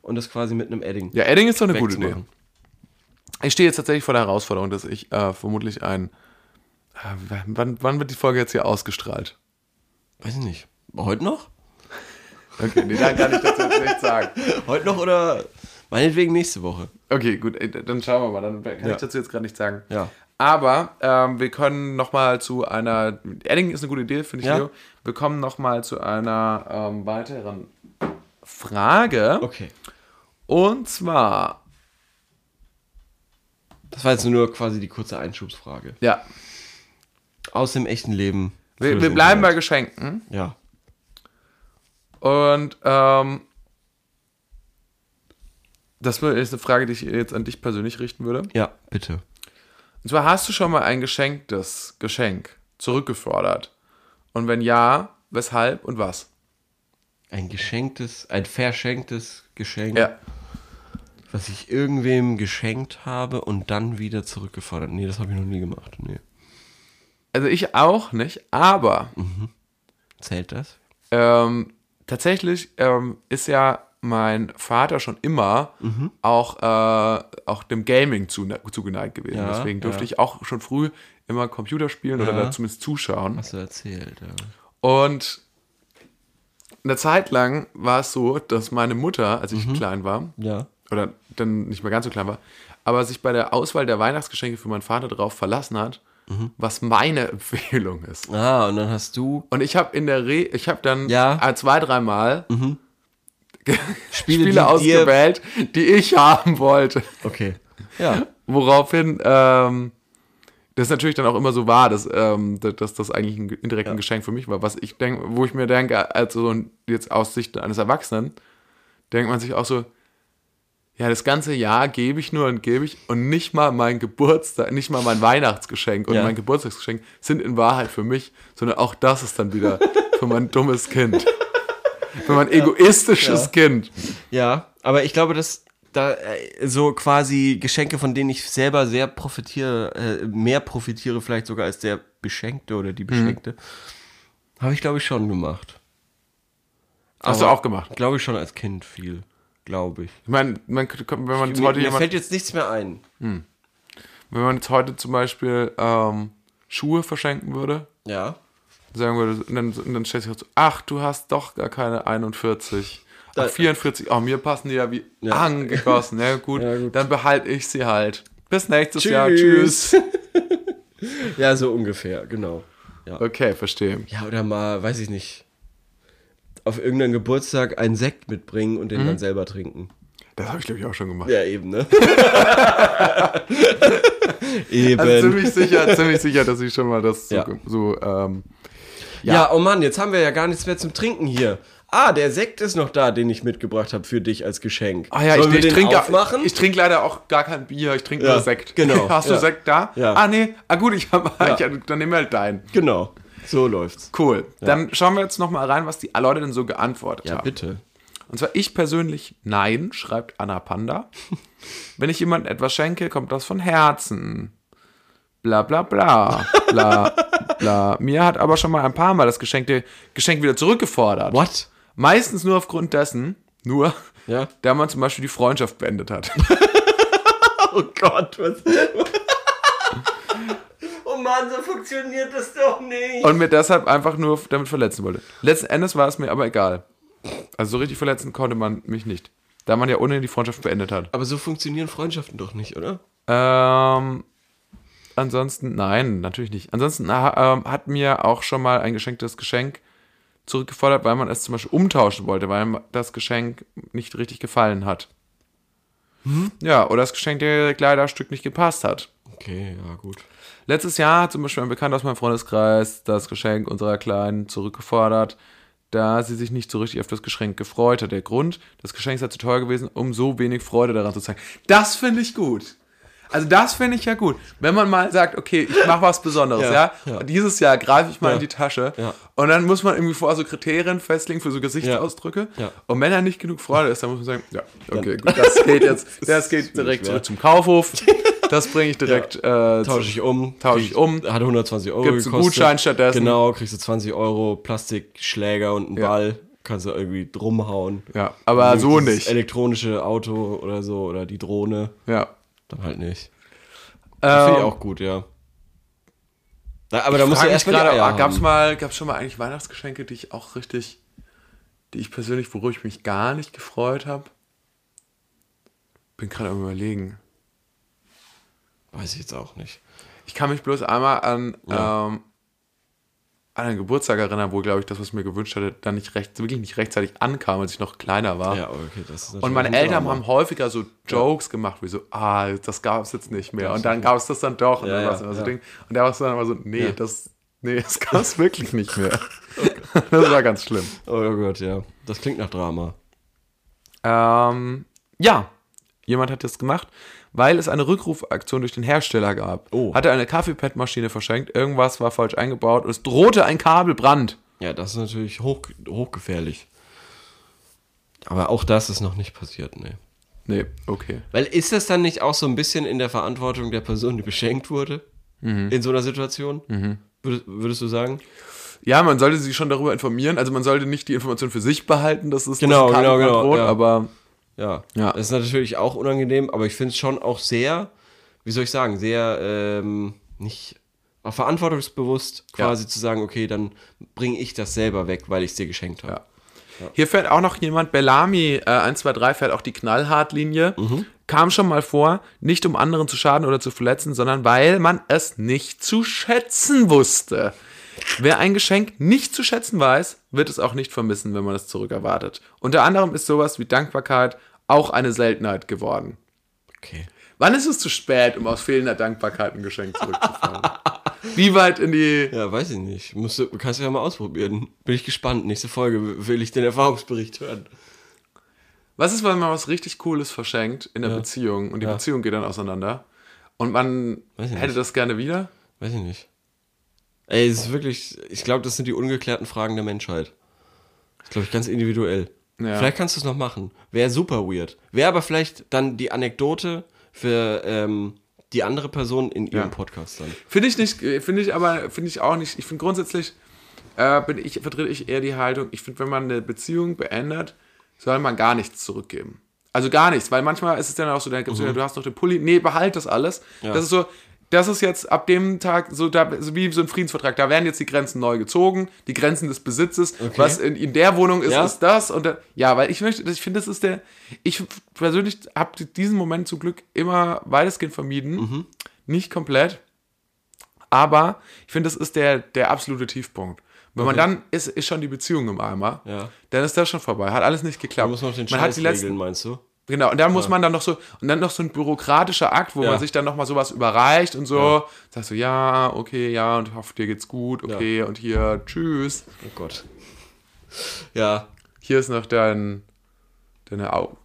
[SPEAKER 2] Und das quasi mit einem Edding.
[SPEAKER 1] Ja, Edding ist doch eine gute Idee.
[SPEAKER 2] wegzumachen.
[SPEAKER 1] Ich stehe jetzt tatsächlich vor der Herausforderung, dass ich äh, vermutlich ein. Äh, wann, wann wird die Folge jetzt hier ausgestrahlt?
[SPEAKER 2] Weiß ich nicht. Heute noch?
[SPEAKER 1] Okay, nee, da kann ich dazu jetzt nichts sagen.
[SPEAKER 2] Heute noch oder meinetwegen nächste Woche.
[SPEAKER 1] Okay, gut, ey, dann schauen wir mal. Dann kann
[SPEAKER 2] Ja.
[SPEAKER 1] ich dazu jetzt gerade nichts sagen.
[SPEAKER 2] Ja.
[SPEAKER 1] Aber ähm, wir können nochmal zu einer. Edding ist eine gute Idee, finde ich.
[SPEAKER 2] Ja.
[SPEAKER 1] Leo. Wir kommen nochmal zu einer ähm, weiteren Frage.
[SPEAKER 2] Okay.
[SPEAKER 1] Und zwar.
[SPEAKER 2] Das war jetzt nur quasi die kurze Einschubsfrage.
[SPEAKER 1] Ja,
[SPEAKER 2] Aus dem echten Leben.
[SPEAKER 1] wir, wir bleiben bei Geschenken.
[SPEAKER 2] Ja.
[SPEAKER 1] Und ähm, das wär- ist eine Frage, die ich jetzt an dich persönlich richten würde.
[SPEAKER 2] Ja, bitte.
[SPEAKER 1] Und zwar hast du schon mal ein geschenktes Geschenk zurückgefordert? Und wenn ja, weshalb und was?
[SPEAKER 2] Ein geschenktes, ein verschenktes Geschenk,
[SPEAKER 1] Ja,
[SPEAKER 2] was ich irgendwem geschenkt habe und dann wieder zurückgefordert. Nee, das habe ich noch nie gemacht. Nee.
[SPEAKER 1] also ich auch nicht, aber
[SPEAKER 2] Zählt das?
[SPEAKER 1] ähm, tatsächlich ähm, ist ja mein Vater schon immer
[SPEAKER 2] Mhm.
[SPEAKER 1] auch, äh, auch dem Gaming zune- zugeneigt gewesen.
[SPEAKER 2] Ja,
[SPEAKER 1] Deswegen durfte
[SPEAKER 2] ja.
[SPEAKER 1] ich auch schon früh immer Computer spielen oder
[SPEAKER 2] Ja.
[SPEAKER 1] da zumindest zuschauen.
[SPEAKER 2] Hast du erzählt, ja.
[SPEAKER 1] Und eine Zeit lang war es so, dass meine Mutter, als
[SPEAKER 2] Mhm.
[SPEAKER 1] ich klein war,
[SPEAKER 2] Ja.
[SPEAKER 1] oder dann nicht mehr ganz so klein war, aber sich bei der Auswahl der Weihnachtsgeschenke für meinen Vater darauf verlassen hat,
[SPEAKER 2] Mhm.
[SPEAKER 1] was meine Empfehlung ist.
[SPEAKER 2] Ah, und dann hast du
[SPEAKER 1] Und ich habe in der Re ich habe dann
[SPEAKER 2] Ja. Mhm.
[SPEAKER 1] äh, zwei, dreimal Spiele,
[SPEAKER 2] die dir-
[SPEAKER 1] ausgewählt, die ich haben wollte.
[SPEAKER 2] Okay. Ja.
[SPEAKER 1] Woraufhin ähm, das natürlich dann auch immer so war, dass, ähm, dass, dass das eigentlich ein indirektes Geschenk für mich war. Was ich denke, wo ich mir denke, also so ein- jetzt aus Sicht eines Erwachsenen, denkt man sich auch so, ja, das ganze Jahr gebe ich nur und gebe ich und nicht mal mein Geburtstag, nicht mal mein Weihnachtsgeschenk und
[SPEAKER 2] Ja.
[SPEAKER 1] mein Geburtstagsgeschenk sind in Wahrheit für mich, sondern auch das ist dann wieder für mein dummes Kind. Für mein egoistisches
[SPEAKER 2] Ja.
[SPEAKER 1] Kind.
[SPEAKER 2] Ja, aber ich glaube, dass da äh, so quasi Geschenke, von denen ich selber sehr profitiere, äh, mehr profitiere vielleicht sogar als der Beschenkte oder die
[SPEAKER 1] Mhm.
[SPEAKER 2] Beschenkte, habe ich glaube ich schon gemacht.
[SPEAKER 1] Hast du
[SPEAKER 2] Aber-
[SPEAKER 1] auch gemacht.
[SPEAKER 2] Glaube ich schon als Kind viel, glaube ich.
[SPEAKER 1] Ich meine, man, könnte- wenn man
[SPEAKER 2] Mir,
[SPEAKER 1] jetzt heute
[SPEAKER 2] mir
[SPEAKER 1] jemand-
[SPEAKER 2] fällt jetzt nichts mehr ein.
[SPEAKER 1] Wenn man jetzt heute zum Beispiel ähm, Schuhe verschenken würde,
[SPEAKER 2] Ja.
[SPEAKER 1] sagen würde, und dann, und dann stellt sich so, ach, du hast doch gar keine 41.
[SPEAKER 2] Da-
[SPEAKER 1] Ach, 44, oh, mir passen die ja wie
[SPEAKER 2] Ja.
[SPEAKER 1] angegossen. Na gut,
[SPEAKER 2] Ja, gut.
[SPEAKER 1] dann behalte ich sie halt. Bis nächstes Jahr,
[SPEAKER 2] Tschüss.
[SPEAKER 1] tschüss.
[SPEAKER 2] Ja, so ungefähr, genau. Ja.
[SPEAKER 1] Okay, verstehe.
[SPEAKER 2] ja, oder mal, weiß ich nicht, auf irgendeinen Geburtstag einen Sekt mitbringen und den
[SPEAKER 1] Mhm.
[SPEAKER 2] dann selber trinken.
[SPEAKER 1] Das habe ich, glaube ich, auch schon gemacht.
[SPEAKER 2] Ja, eben, ne? eben.
[SPEAKER 1] Also ziemlich sicher, ziemlich sicher, dass ich schon mal das so,
[SPEAKER 2] Ja.
[SPEAKER 1] so ähm,
[SPEAKER 2] ja. oh Mann, jetzt haben wir ja gar nichts mehr zum Trinken hier. Ah, der Sekt ist noch da, den ich mitgebracht habe für dich als Geschenk.
[SPEAKER 1] Ah ja,
[SPEAKER 2] Sollen
[SPEAKER 1] ich,
[SPEAKER 2] wir
[SPEAKER 1] ich
[SPEAKER 2] den
[SPEAKER 1] trinke
[SPEAKER 2] aufmachen?
[SPEAKER 1] Ich, ich trinke leider auch gar kein Bier, ich trinke
[SPEAKER 2] Ja,
[SPEAKER 1] nur Sekt.
[SPEAKER 2] genau,
[SPEAKER 1] Hast
[SPEAKER 2] ja.
[SPEAKER 1] du Sekt da?
[SPEAKER 2] Ja.
[SPEAKER 1] Ah nee, ah gut, ich habe
[SPEAKER 2] Ja.
[SPEAKER 1] dann nehmen wir halt deinen.
[SPEAKER 2] genau, so läuft's.
[SPEAKER 1] Cool. Dann schauen wir jetzt nochmal rein, was die Leute denn so geantwortet
[SPEAKER 2] Ja,
[SPEAKER 1] haben.
[SPEAKER 2] bitte.
[SPEAKER 1] Und zwar ich persönlich nein, schreibt Anna Panda. Wenn ich jemandem etwas schenke, kommt das von Herzen. Bla bla bla. Bla bla. Mir hat aber schon mal ein paar Mal das Geschenkte, Geschenk wieder zurückgefordert.
[SPEAKER 2] What?
[SPEAKER 1] Meistens nur aufgrund dessen, nur,
[SPEAKER 2] Ja.
[SPEAKER 1] da man zum Beispiel die Freundschaft beendet hat.
[SPEAKER 2] Oh Gott, was? oh Mann, so funktioniert das doch nicht.
[SPEAKER 1] Und mir deshalb einfach nur damit verletzen wollte. Letzten Endes war es mir aber egal. Also so richtig verletzen konnte man mich nicht. Da man ja ohnehin die Freundschaft beendet hat.
[SPEAKER 2] Aber so funktionieren Freundschaften doch nicht, oder?
[SPEAKER 1] Ähm, ansonsten, nein, natürlich nicht. Ansonsten na, ähm, hat mir auch schon mal ein geschenktes Geschenk zurückgefordert, weil man es zum Beispiel umtauschen wollte, weil ihm das Geschenk nicht richtig gefallen hat. Ja, oder das geschenkte Kleiderstück nicht gepasst hat.
[SPEAKER 2] Okay, ja, gut.
[SPEAKER 1] Letztes Jahr hat zum Beispiel ein Bekannter aus meinem Freundeskreis das Geschenk unserer Kleinen zurückgefordert, da sie sich nicht so richtig auf das Geschenk gefreut hat. Der Grund, das Geschenk sei zu teuer gewesen, um so wenig Freude daran zu zeigen. Das finde ich gut. Also das finde ich ja gut. Wenn man mal sagt, okay, ich mache was Besonderes, ja,
[SPEAKER 2] Ja, ja.
[SPEAKER 1] Und dieses Jahr greife ich mal
[SPEAKER 2] Ja.
[SPEAKER 1] in die Tasche
[SPEAKER 2] Ja.
[SPEAKER 1] und dann muss man irgendwie vor so Kriterien festlegen für so Gesichtsausdrücke.
[SPEAKER 2] Ja.
[SPEAKER 1] Und wenn da nicht genug Freude ist, dann muss man sagen, ja, okay, gut, das geht jetzt, das geht direkt
[SPEAKER 2] schwer.
[SPEAKER 1] zurück zum Kaufhof. Das bringe ich direkt äh, zu-
[SPEAKER 2] Tausche ich um.
[SPEAKER 1] Tausche ich
[SPEAKER 2] krieg-
[SPEAKER 1] um.
[SPEAKER 2] Hat 120 Euro
[SPEAKER 1] Gibt's einen
[SPEAKER 2] gekostet.
[SPEAKER 1] Gutschein stattdessen.
[SPEAKER 2] Genau, kriegst du 20 Euro Plastikschläger und einen
[SPEAKER 1] Ja.
[SPEAKER 2] Ball. Kannst du irgendwie drumhauen.
[SPEAKER 1] Ja, aber
[SPEAKER 2] Nimmst
[SPEAKER 1] so
[SPEAKER 2] dieses
[SPEAKER 1] nicht.
[SPEAKER 2] elektronische Auto oder so oder die Drohne.
[SPEAKER 1] Ja.
[SPEAKER 2] Dann halt nicht.
[SPEAKER 1] Ähm,
[SPEAKER 2] Das Finde ich auch gut, ja. Da, aber da musst du
[SPEAKER 1] frag mich
[SPEAKER 2] erst mal die
[SPEAKER 1] gerade,
[SPEAKER 2] Eier
[SPEAKER 1] ah, gab's
[SPEAKER 2] haben.
[SPEAKER 1] mal, gab's schon mal eigentlich Weihnachtsgeschenke, die ich auch richtig, die ich persönlich, worüber ich mich gar nicht gefreut habe? Bin gerade am überlegen.
[SPEAKER 2] Weiß ich jetzt auch nicht.
[SPEAKER 1] Ich kann mich bloß einmal an,
[SPEAKER 2] Ja.
[SPEAKER 1] ähm, an einen Geburtstag erinnern, wo, glaube ich, das, was ich mir gewünscht hatte, dann nicht recht, wirklich nicht rechtzeitig ankam, als ich noch kleiner war.
[SPEAKER 2] Ja, okay, das ist
[SPEAKER 1] Und
[SPEAKER 2] natürlich
[SPEAKER 1] meine
[SPEAKER 2] ein
[SPEAKER 1] Eltern
[SPEAKER 2] Drama.
[SPEAKER 1] haben häufiger so Jokes gemacht, wie so, ah, das gab's jetzt nicht mehr. Und dann gab's das dann doch. Und,
[SPEAKER 2] Ja,
[SPEAKER 1] dann
[SPEAKER 2] ja,
[SPEAKER 1] war's immer so
[SPEAKER 2] ja.
[SPEAKER 1] Ding. und da war es dann immer so, nee,
[SPEAKER 2] Ja.
[SPEAKER 1] das, nee, das gab's wirklich nicht mehr. Das war ganz schlimm.
[SPEAKER 2] Oh Gott, ja. Das klingt nach Drama.
[SPEAKER 1] Ähm, ja, jemand hat das gemacht, weil es eine Rückrufaktion durch den Hersteller gab.
[SPEAKER 2] Oh.
[SPEAKER 1] Hatte eine Kaffeepad-Maschine verschenkt, irgendwas war falsch eingebaut und es drohte ein Kabelbrand.
[SPEAKER 2] Ja, das ist natürlich hoch, hochgefährlich. Aber auch das ist noch nicht passiert, ne.
[SPEAKER 1] Nee, okay.
[SPEAKER 2] Weil ist das dann nicht auch so ein bisschen in der Verantwortung der Person, die beschenkt wurde?
[SPEAKER 1] Mhm.
[SPEAKER 2] In so einer Situation? Würdest, würdest du sagen?
[SPEAKER 1] Ja, man sollte sich schon darüber informieren. Also man sollte nicht die Information für sich behalten, dass es dass
[SPEAKER 2] Genau,
[SPEAKER 1] ein
[SPEAKER 2] genau,
[SPEAKER 1] Kabelbrand
[SPEAKER 2] genau,
[SPEAKER 1] droht,
[SPEAKER 2] ja.
[SPEAKER 1] aber
[SPEAKER 2] Ja.
[SPEAKER 1] Ja.
[SPEAKER 2] Das ist natürlich auch unangenehm, aber ich finde es schon auch sehr, wie soll ich sagen, sehr ähm, nicht auch verantwortungsbewusst
[SPEAKER 1] Ja.
[SPEAKER 2] quasi zu sagen, okay, dann bringe ich das selber weg, weil ich es dir geschenkt habe.
[SPEAKER 1] Ja. Hier fährt auch noch jemand, Bellamy äh, 123 fährt auch die Knallhartlinie. Kam schon mal vor, nicht um anderen zu schaden oder zu verletzen, sondern weil man es nicht zu schätzen wusste. Wer ein Geschenk nicht zu schätzen weiß, wird es auch nicht vermissen, wenn man es zurückerwartet. Unter anderem ist sowas wie Dankbarkeit auch eine Seltenheit geworden.
[SPEAKER 2] Okay.
[SPEAKER 1] Wann ist es zu spät, um aus fehlender Dankbarkeit ein Geschenk zurückzufahren? wie weit in die.
[SPEAKER 2] Ja, weiß ich nicht. Musst du, kannst du ja mal ausprobieren. Bin ich gespannt. Nächste Folge will ich den Erfahrungsbericht hören.
[SPEAKER 1] Was ist, wenn man was richtig Cooles verschenkt in der Beziehung und die Beziehung geht dann auseinander und man
[SPEAKER 2] Weiß ich
[SPEAKER 1] hätte
[SPEAKER 2] nicht.
[SPEAKER 1] das gerne wieder?
[SPEAKER 2] Weiß ich nicht. Ey, es ist wirklich, ich glaube, das sind die ungeklärten Fragen der Menschheit. Das ist, glaube ich, ganz individuell.
[SPEAKER 1] Ja.
[SPEAKER 2] Vielleicht kannst du es noch machen. Wäre super weird. Wäre aber vielleicht dann die Anekdote für ähm, die andere Person in ihrem
[SPEAKER 1] Ja.
[SPEAKER 2] Podcast dann.
[SPEAKER 1] Finde ich nicht, äh, finde ich aber, finde ich auch nicht. Ich finde grundsätzlich, äh, bin ich, vertrete ich eher die Haltung, ich finde, wenn man eine Beziehung beendet, soll man gar nichts zurückgeben. Also gar nichts, weil manchmal ist es dann auch so, dann gibt's wieder, du hast noch den Pulli, nee, behalt das alles. Das ist so, das ist jetzt ab dem Tag so, da, so wie so ein Friedensvertrag, da werden jetzt die Grenzen neu gezogen, die Grenzen des Besitzes, was in, in der Wohnung ist,
[SPEAKER 2] Ja.
[SPEAKER 1] ist das und da, ja, weil ich möchte, ich finde, das ist der, ich persönlich habe diesen Moment zum Glück immer weitestgehend vermieden, nicht komplett, aber ich finde, das ist der, der absolute Tiefpunkt. Wenn man dann ist, ist schon die Beziehung im Eimer,
[SPEAKER 2] Ja.
[SPEAKER 1] dann ist das schon vorbei. Hat alles nicht geklappt.
[SPEAKER 2] Du musst noch den
[SPEAKER 1] man
[SPEAKER 2] Scheiß
[SPEAKER 1] hat die letzten,
[SPEAKER 2] regeln, meinst du?
[SPEAKER 1] genau. Und dann muss man dann noch so und dann noch so ein bürokratischer Akt, wo
[SPEAKER 2] Ja.
[SPEAKER 1] man sich dann noch mal sowas überreicht und so. Sagst du ja, okay, ja und ich hoffe dir geht's gut, okay und hier tschüss.
[SPEAKER 2] Oh Gott. Ja.
[SPEAKER 1] Hier ist noch dein deine Au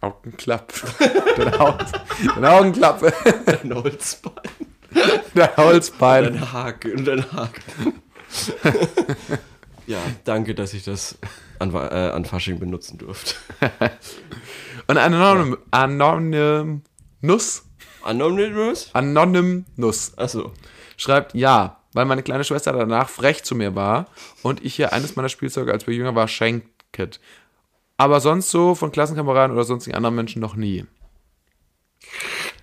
[SPEAKER 1] Augenklappe, deine, Au deine Augenklappe,
[SPEAKER 2] Dein Holzbein.
[SPEAKER 1] dein Holzbein.
[SPEAKER 2] Dein Haken. Dein Haken. ja, danke, dass ich das an, Wa- äh, an Fasching benutzen durfte.
[SPEAKER 1] Und anonym, anonym Nuss,
[SPEAKER 2] Anonymous?
[SPEAKER 1] anonym Nuss.
[SPEAKER 2] Achso.
[SPEAKER 1] schreibt ja, weil meine kleine Schwester danach frech zu mir war und ich ihr eines meiner Spielzeuge, als wir jünger war, schenket. Aber sonst so von Klassenkameraden oder sonstigen anderen Menschen noch nie.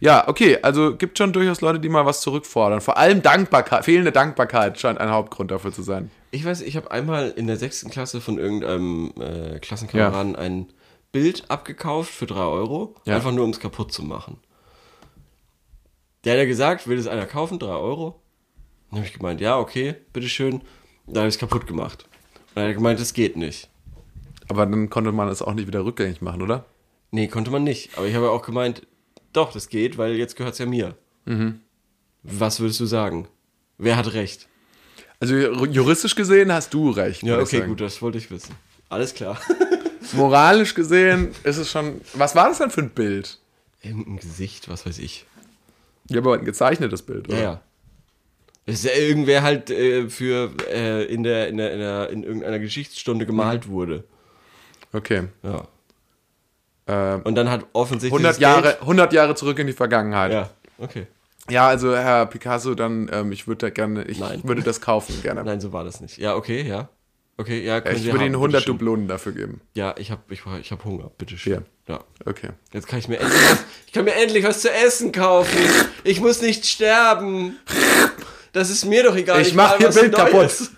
[SPEAKER 1] Ja, okay, also gibt schon durchaus Leute, die mal was zurückfordern. Vor allem Dankbarkeit, fehlende Dankbarkeit scheint ein Hauptgrund dafür zu sein.
[SPEAKER 2] Ich weiß, ich habe einmal in der sechsten Klasse von irgendeinem äh, Klassenkameraden ein Bild abgekauft für drei Euro,
[SPEAKER 1] Ja.
[SPEAKER 2] einfach nur um es kaputt zu machen. Der hat ja gesagt, will es einer kaufen, drei Euro? Dann habe ich gemeint, ja, okay, bitteschön. Dann habe ich es kaputt gemacht. Und dann hat er gemeint, das geht nicht.
[SPEAKER 1] Aber dann konnte man es auch nicht wieder rückgängig machen, oder?
[SPEAKER 2] Nee, konnte man nicht. Aber ich habe ja auch gemeint, doch, das geht, weil jetzt gehört es ja mir.
[SPEAKER 1] Mhm.
[SPEAKER 2] Was würdest du sagen? Wer hat recht?
[SPEAKER 1] Also juristisch gesehen hast du recht.
[SPEAKER 2] Ja,
[SPEAKER 1] würde ich
[SPEAKER 2] okay,
[SPEAKER 1] sagen.
[SPEAKER 2] gut, das wollte ich wissen. Alles klar.
[SPEAKER 1] Moralisch gesehen ist es schon. Was war das denn für ein Bild?
[SPEAKER 2] Irgendein Gesicht, was weiß ich.
[SPEAKER 1] Ja, aber ein gezeichnetes Bild,
[SPEAKER 2] Ja,
[SPEAKER 1] oder?
[SPEAKER 2] ja. Das ist ja irgendwer halt äh, für äh, in, der, in, der, in, der, in irgendeiner Geschichtsstunde
[SPEAKER 1] Mhm.
[SPEAKER 2] gemalt wurde.
[SPEAKER 1] Okay.
[SPEAKER 2] Ja.
[SPEAKER 1] Äh,
[SPEAKER 2] Und dann hat offensichtlich.
[SPEAKER 1] 100
[SPEAKER 2] das
[SPEAKER 1] Jahre,
[SPEAKER 2] Geld-
[SPEAKER 1] 100 Jahre zurück in die Vergangenheit. Ja,
[SPEAKER 2] Ja, okay.
[SPEAKER 1] also Herr Picasso, dann, ähm, ich würde da gerne, ich
[SPEAKER 2] Nein.
[SPEAKER 1] würde das kaufen gerne.
[SPEAKER 2] Nein, so war das nicht. Ja, okay, ja. Okay, ja, können
[SPEAKER 1] ich
[SPEAKER 2] Sie
[SPEAKER 1] würde
[SPEAKER 2] haben,
[SPEAKER 1] Ihnen 100
[SPEAKER 2] bitteschön.
[SPEAKER 1] Dublonen dafür geben.
[SPEAKER 2] Ja, ich habe ich, ich hab Hunger, bitteschön. Ja.
[SPEAKER 1] Okay.
[SPEAKER 2] Jetzt kann ich mir endlich was, ich kann mir endlich was zu essen kaufen. Ich muss nicht sterben. Das ist mir doch egal.
[SPEAKER 1] Ich mach
[SPEAKER 2] mal
[SPEAKER 1] ihr
[SPEAKER 2] was
[SPEAKER 1] Bild
[SPEAKER 2] Neues.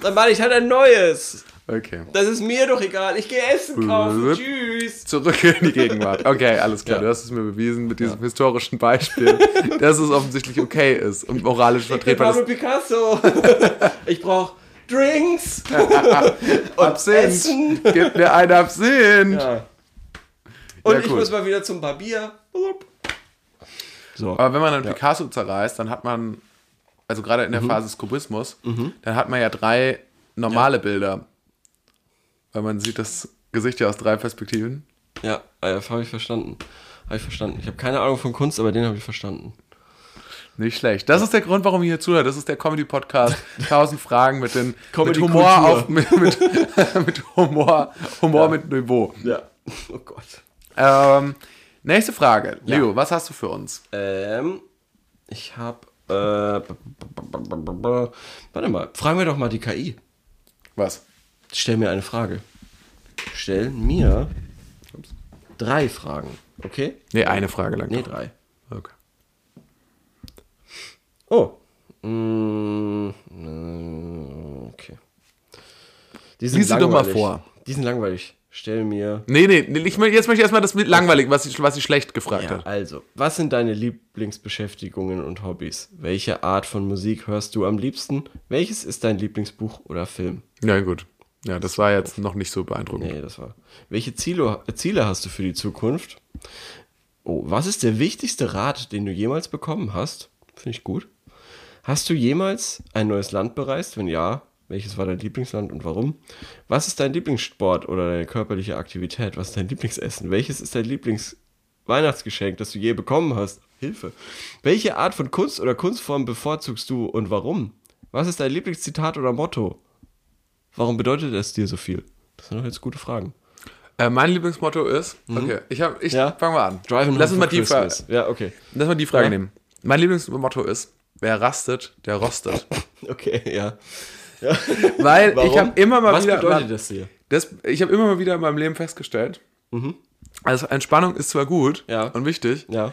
[SPEAKER 2] Dann mach ich halt ein neues.
[SPEAKER 1] Okay.
[SPEAKER 2] Das ist mir doch egal. Ich gehe Essen kaufen.
[SPEAKER 1] Blub.
[SPEAKER 2] Tschüss.
[SPEAKER 1] Zurück in die Gegenwart. Okay, alles klar.
[SPEAKER 2] Ja.
[SPEAKER 1] Du hast es mir bewiesen mit diesem historischen Beispiel, dass es offensichtlich okay ist und moralisch
[SPEAKER 2] Ich bin
[SPEAKER 1] vertretbar
[SPEAKER 2] Pablo
[SPEAKER 1] ist.
[SPEAKER 2] Picasso. ich brauch Drinks. Essen.
[SPEAKER 1] Absinth. Gib mir ein Absinth.
[SPEAKER 2] Ja. Und
[SPEAKER 1] Ja,
[SPEAKER 2] ich
[SPEAKER 1] cool.
[SPEAKER 2] muss mal wieder zum Barbier. Blub. So.
[SPEAKER 1] Aber wenn man dann Picasso zerreißt, dann hat man, also gerade
[SPEAKER 2] Mhm.
[SPEAKER 1] in der Phase des Kubismus, dann hat man ja drei normale Bilder. Weil man sieht das Gesicht ja aus drei Perspektiven.
[SPEAKER 2] Ja, äh, habe ich verstanden. Habe ich verstanden. Ich habe keine Ahnung von Kunst, aber den habe ich verstanden.
[SPEAKER 1] Nicht schlecht. Das ist der Grund, warum ihr hier zuhört. Das ist der Comedy-Podcast. Tausend Fragen mit, den, mit
[SPEAKER 2] Comedy-Kultur.
[SPEAKER 1] Humor auf, mit, mit, mit Humor, Humor mit Niveau.
[SPEAKER 2] Ja. Oh Gott.
[SPEAKER 1] Ähm, nächste Frage. Leo, was hast du für uns?
[SPEAKER 2] Ähm, ich habe. Äh, b- b- b- b- b- b- warte mal. Fragen wir doch mal die KI.
[SPEAKER 1] Was?
[SPEAKER 2] Stell mir eine Frage. Stell mir drei Fragen. Okay?
[SPEAKER 1] Nee, eine Frage lang.
[SPEAKER 2] Nee, drei.
[SPEAKER 1] Okay.
[SPEAKER 2] Oh. Mm, äh, okay. Die sind
[SPEAKER 1] Lies sie doch mal
[SPEAKER 2] langweilig.
[SPEAKER 1] vor.
[SPEAKER 2] Die sind langweilig. Stell mir.
[SPEAKER 1] Nee, nee, nee ich, mö- jetzt möchte ich erstmal das mit langweilig, was sie, was sie schlecht gefragt
[SPEAKER 2] Ja,
[SPEAKER 1] hat.
[SPEAKER 2] also, was sind deine Lieblingsbeschäftigungen und Hobbys? Welche Art von Musik hörst du am liebsten? Welches ist dein Lieblingsbuch oder Film?
[SPEAKER 1] Ja, gut. Ja, das war jetzt noch nicht so beeindruckend.
[SPEAKER 2] Nee, das war. Welche Ziele, äh, Ziele hast du für die Zukunft? Oh, was ist der wichtigste Rat, den du jemals bekommen hast? Finde ich gut. Hast du jemals ein neues Land bereist? Wenn ja, welches war dein Lieblingsland und warum? Was ist dein Lieblingssport oder deine körperliche Aktivität? Was ist dein Lieblingsessen? Welches ist dein Lieblingsweihnachtsgeschenk, das du je bekommen hast? Hilfe. Welche Art von Kunst oder Kunstform bevorzugst du und warum? Was ist dein Lieblingszitat oder Motto? Warum bedeutet es dir so viel? Das sind doch jetzt gute Fragen.
[SPEAKER 1] Äh, mein Lieblingsmotto ist, okay, ich, hab, ich
[SPEAKER 2] Mhm. Ja.
[SPEAKER 1] fang mal an.
[SPEAKER 2] Driving
[SPEAKER 1] Lass uns
[SPEAKER 2] Home
[SPEAKER 1] mal
[SPEAKER 2] for
[SPEAKER 1] die, Fra
[SPEAKER 2] Christmas. Ja, okay.
[SPEAKER 1] Lass mal die Frage
[SPEAKER 2] Ja.
[SPEAKER 1] nehmen. Mein Lieblingsmotto ist, wer rastet, der rostet.
[SPEAKER 2] Okay, ja. ja.
[SPEAKER 1] Weil ich
[SPEAKER 2] Warum?
[SPEAKER 1] habe immer mal
[SPEAKER 2] Was
[SPEAKER 1] wieder...
[SPEAKER 2] bedeutet das dir?
[SPEAKER 1] Das, ich habe immer mal wieder in meinem Leben festgestellt, also Entspannung ist zwar gut
[SPEAKER 2] Ja.
[SPEAKER 1] und wichtig,
[SPEAKER 2] Ja.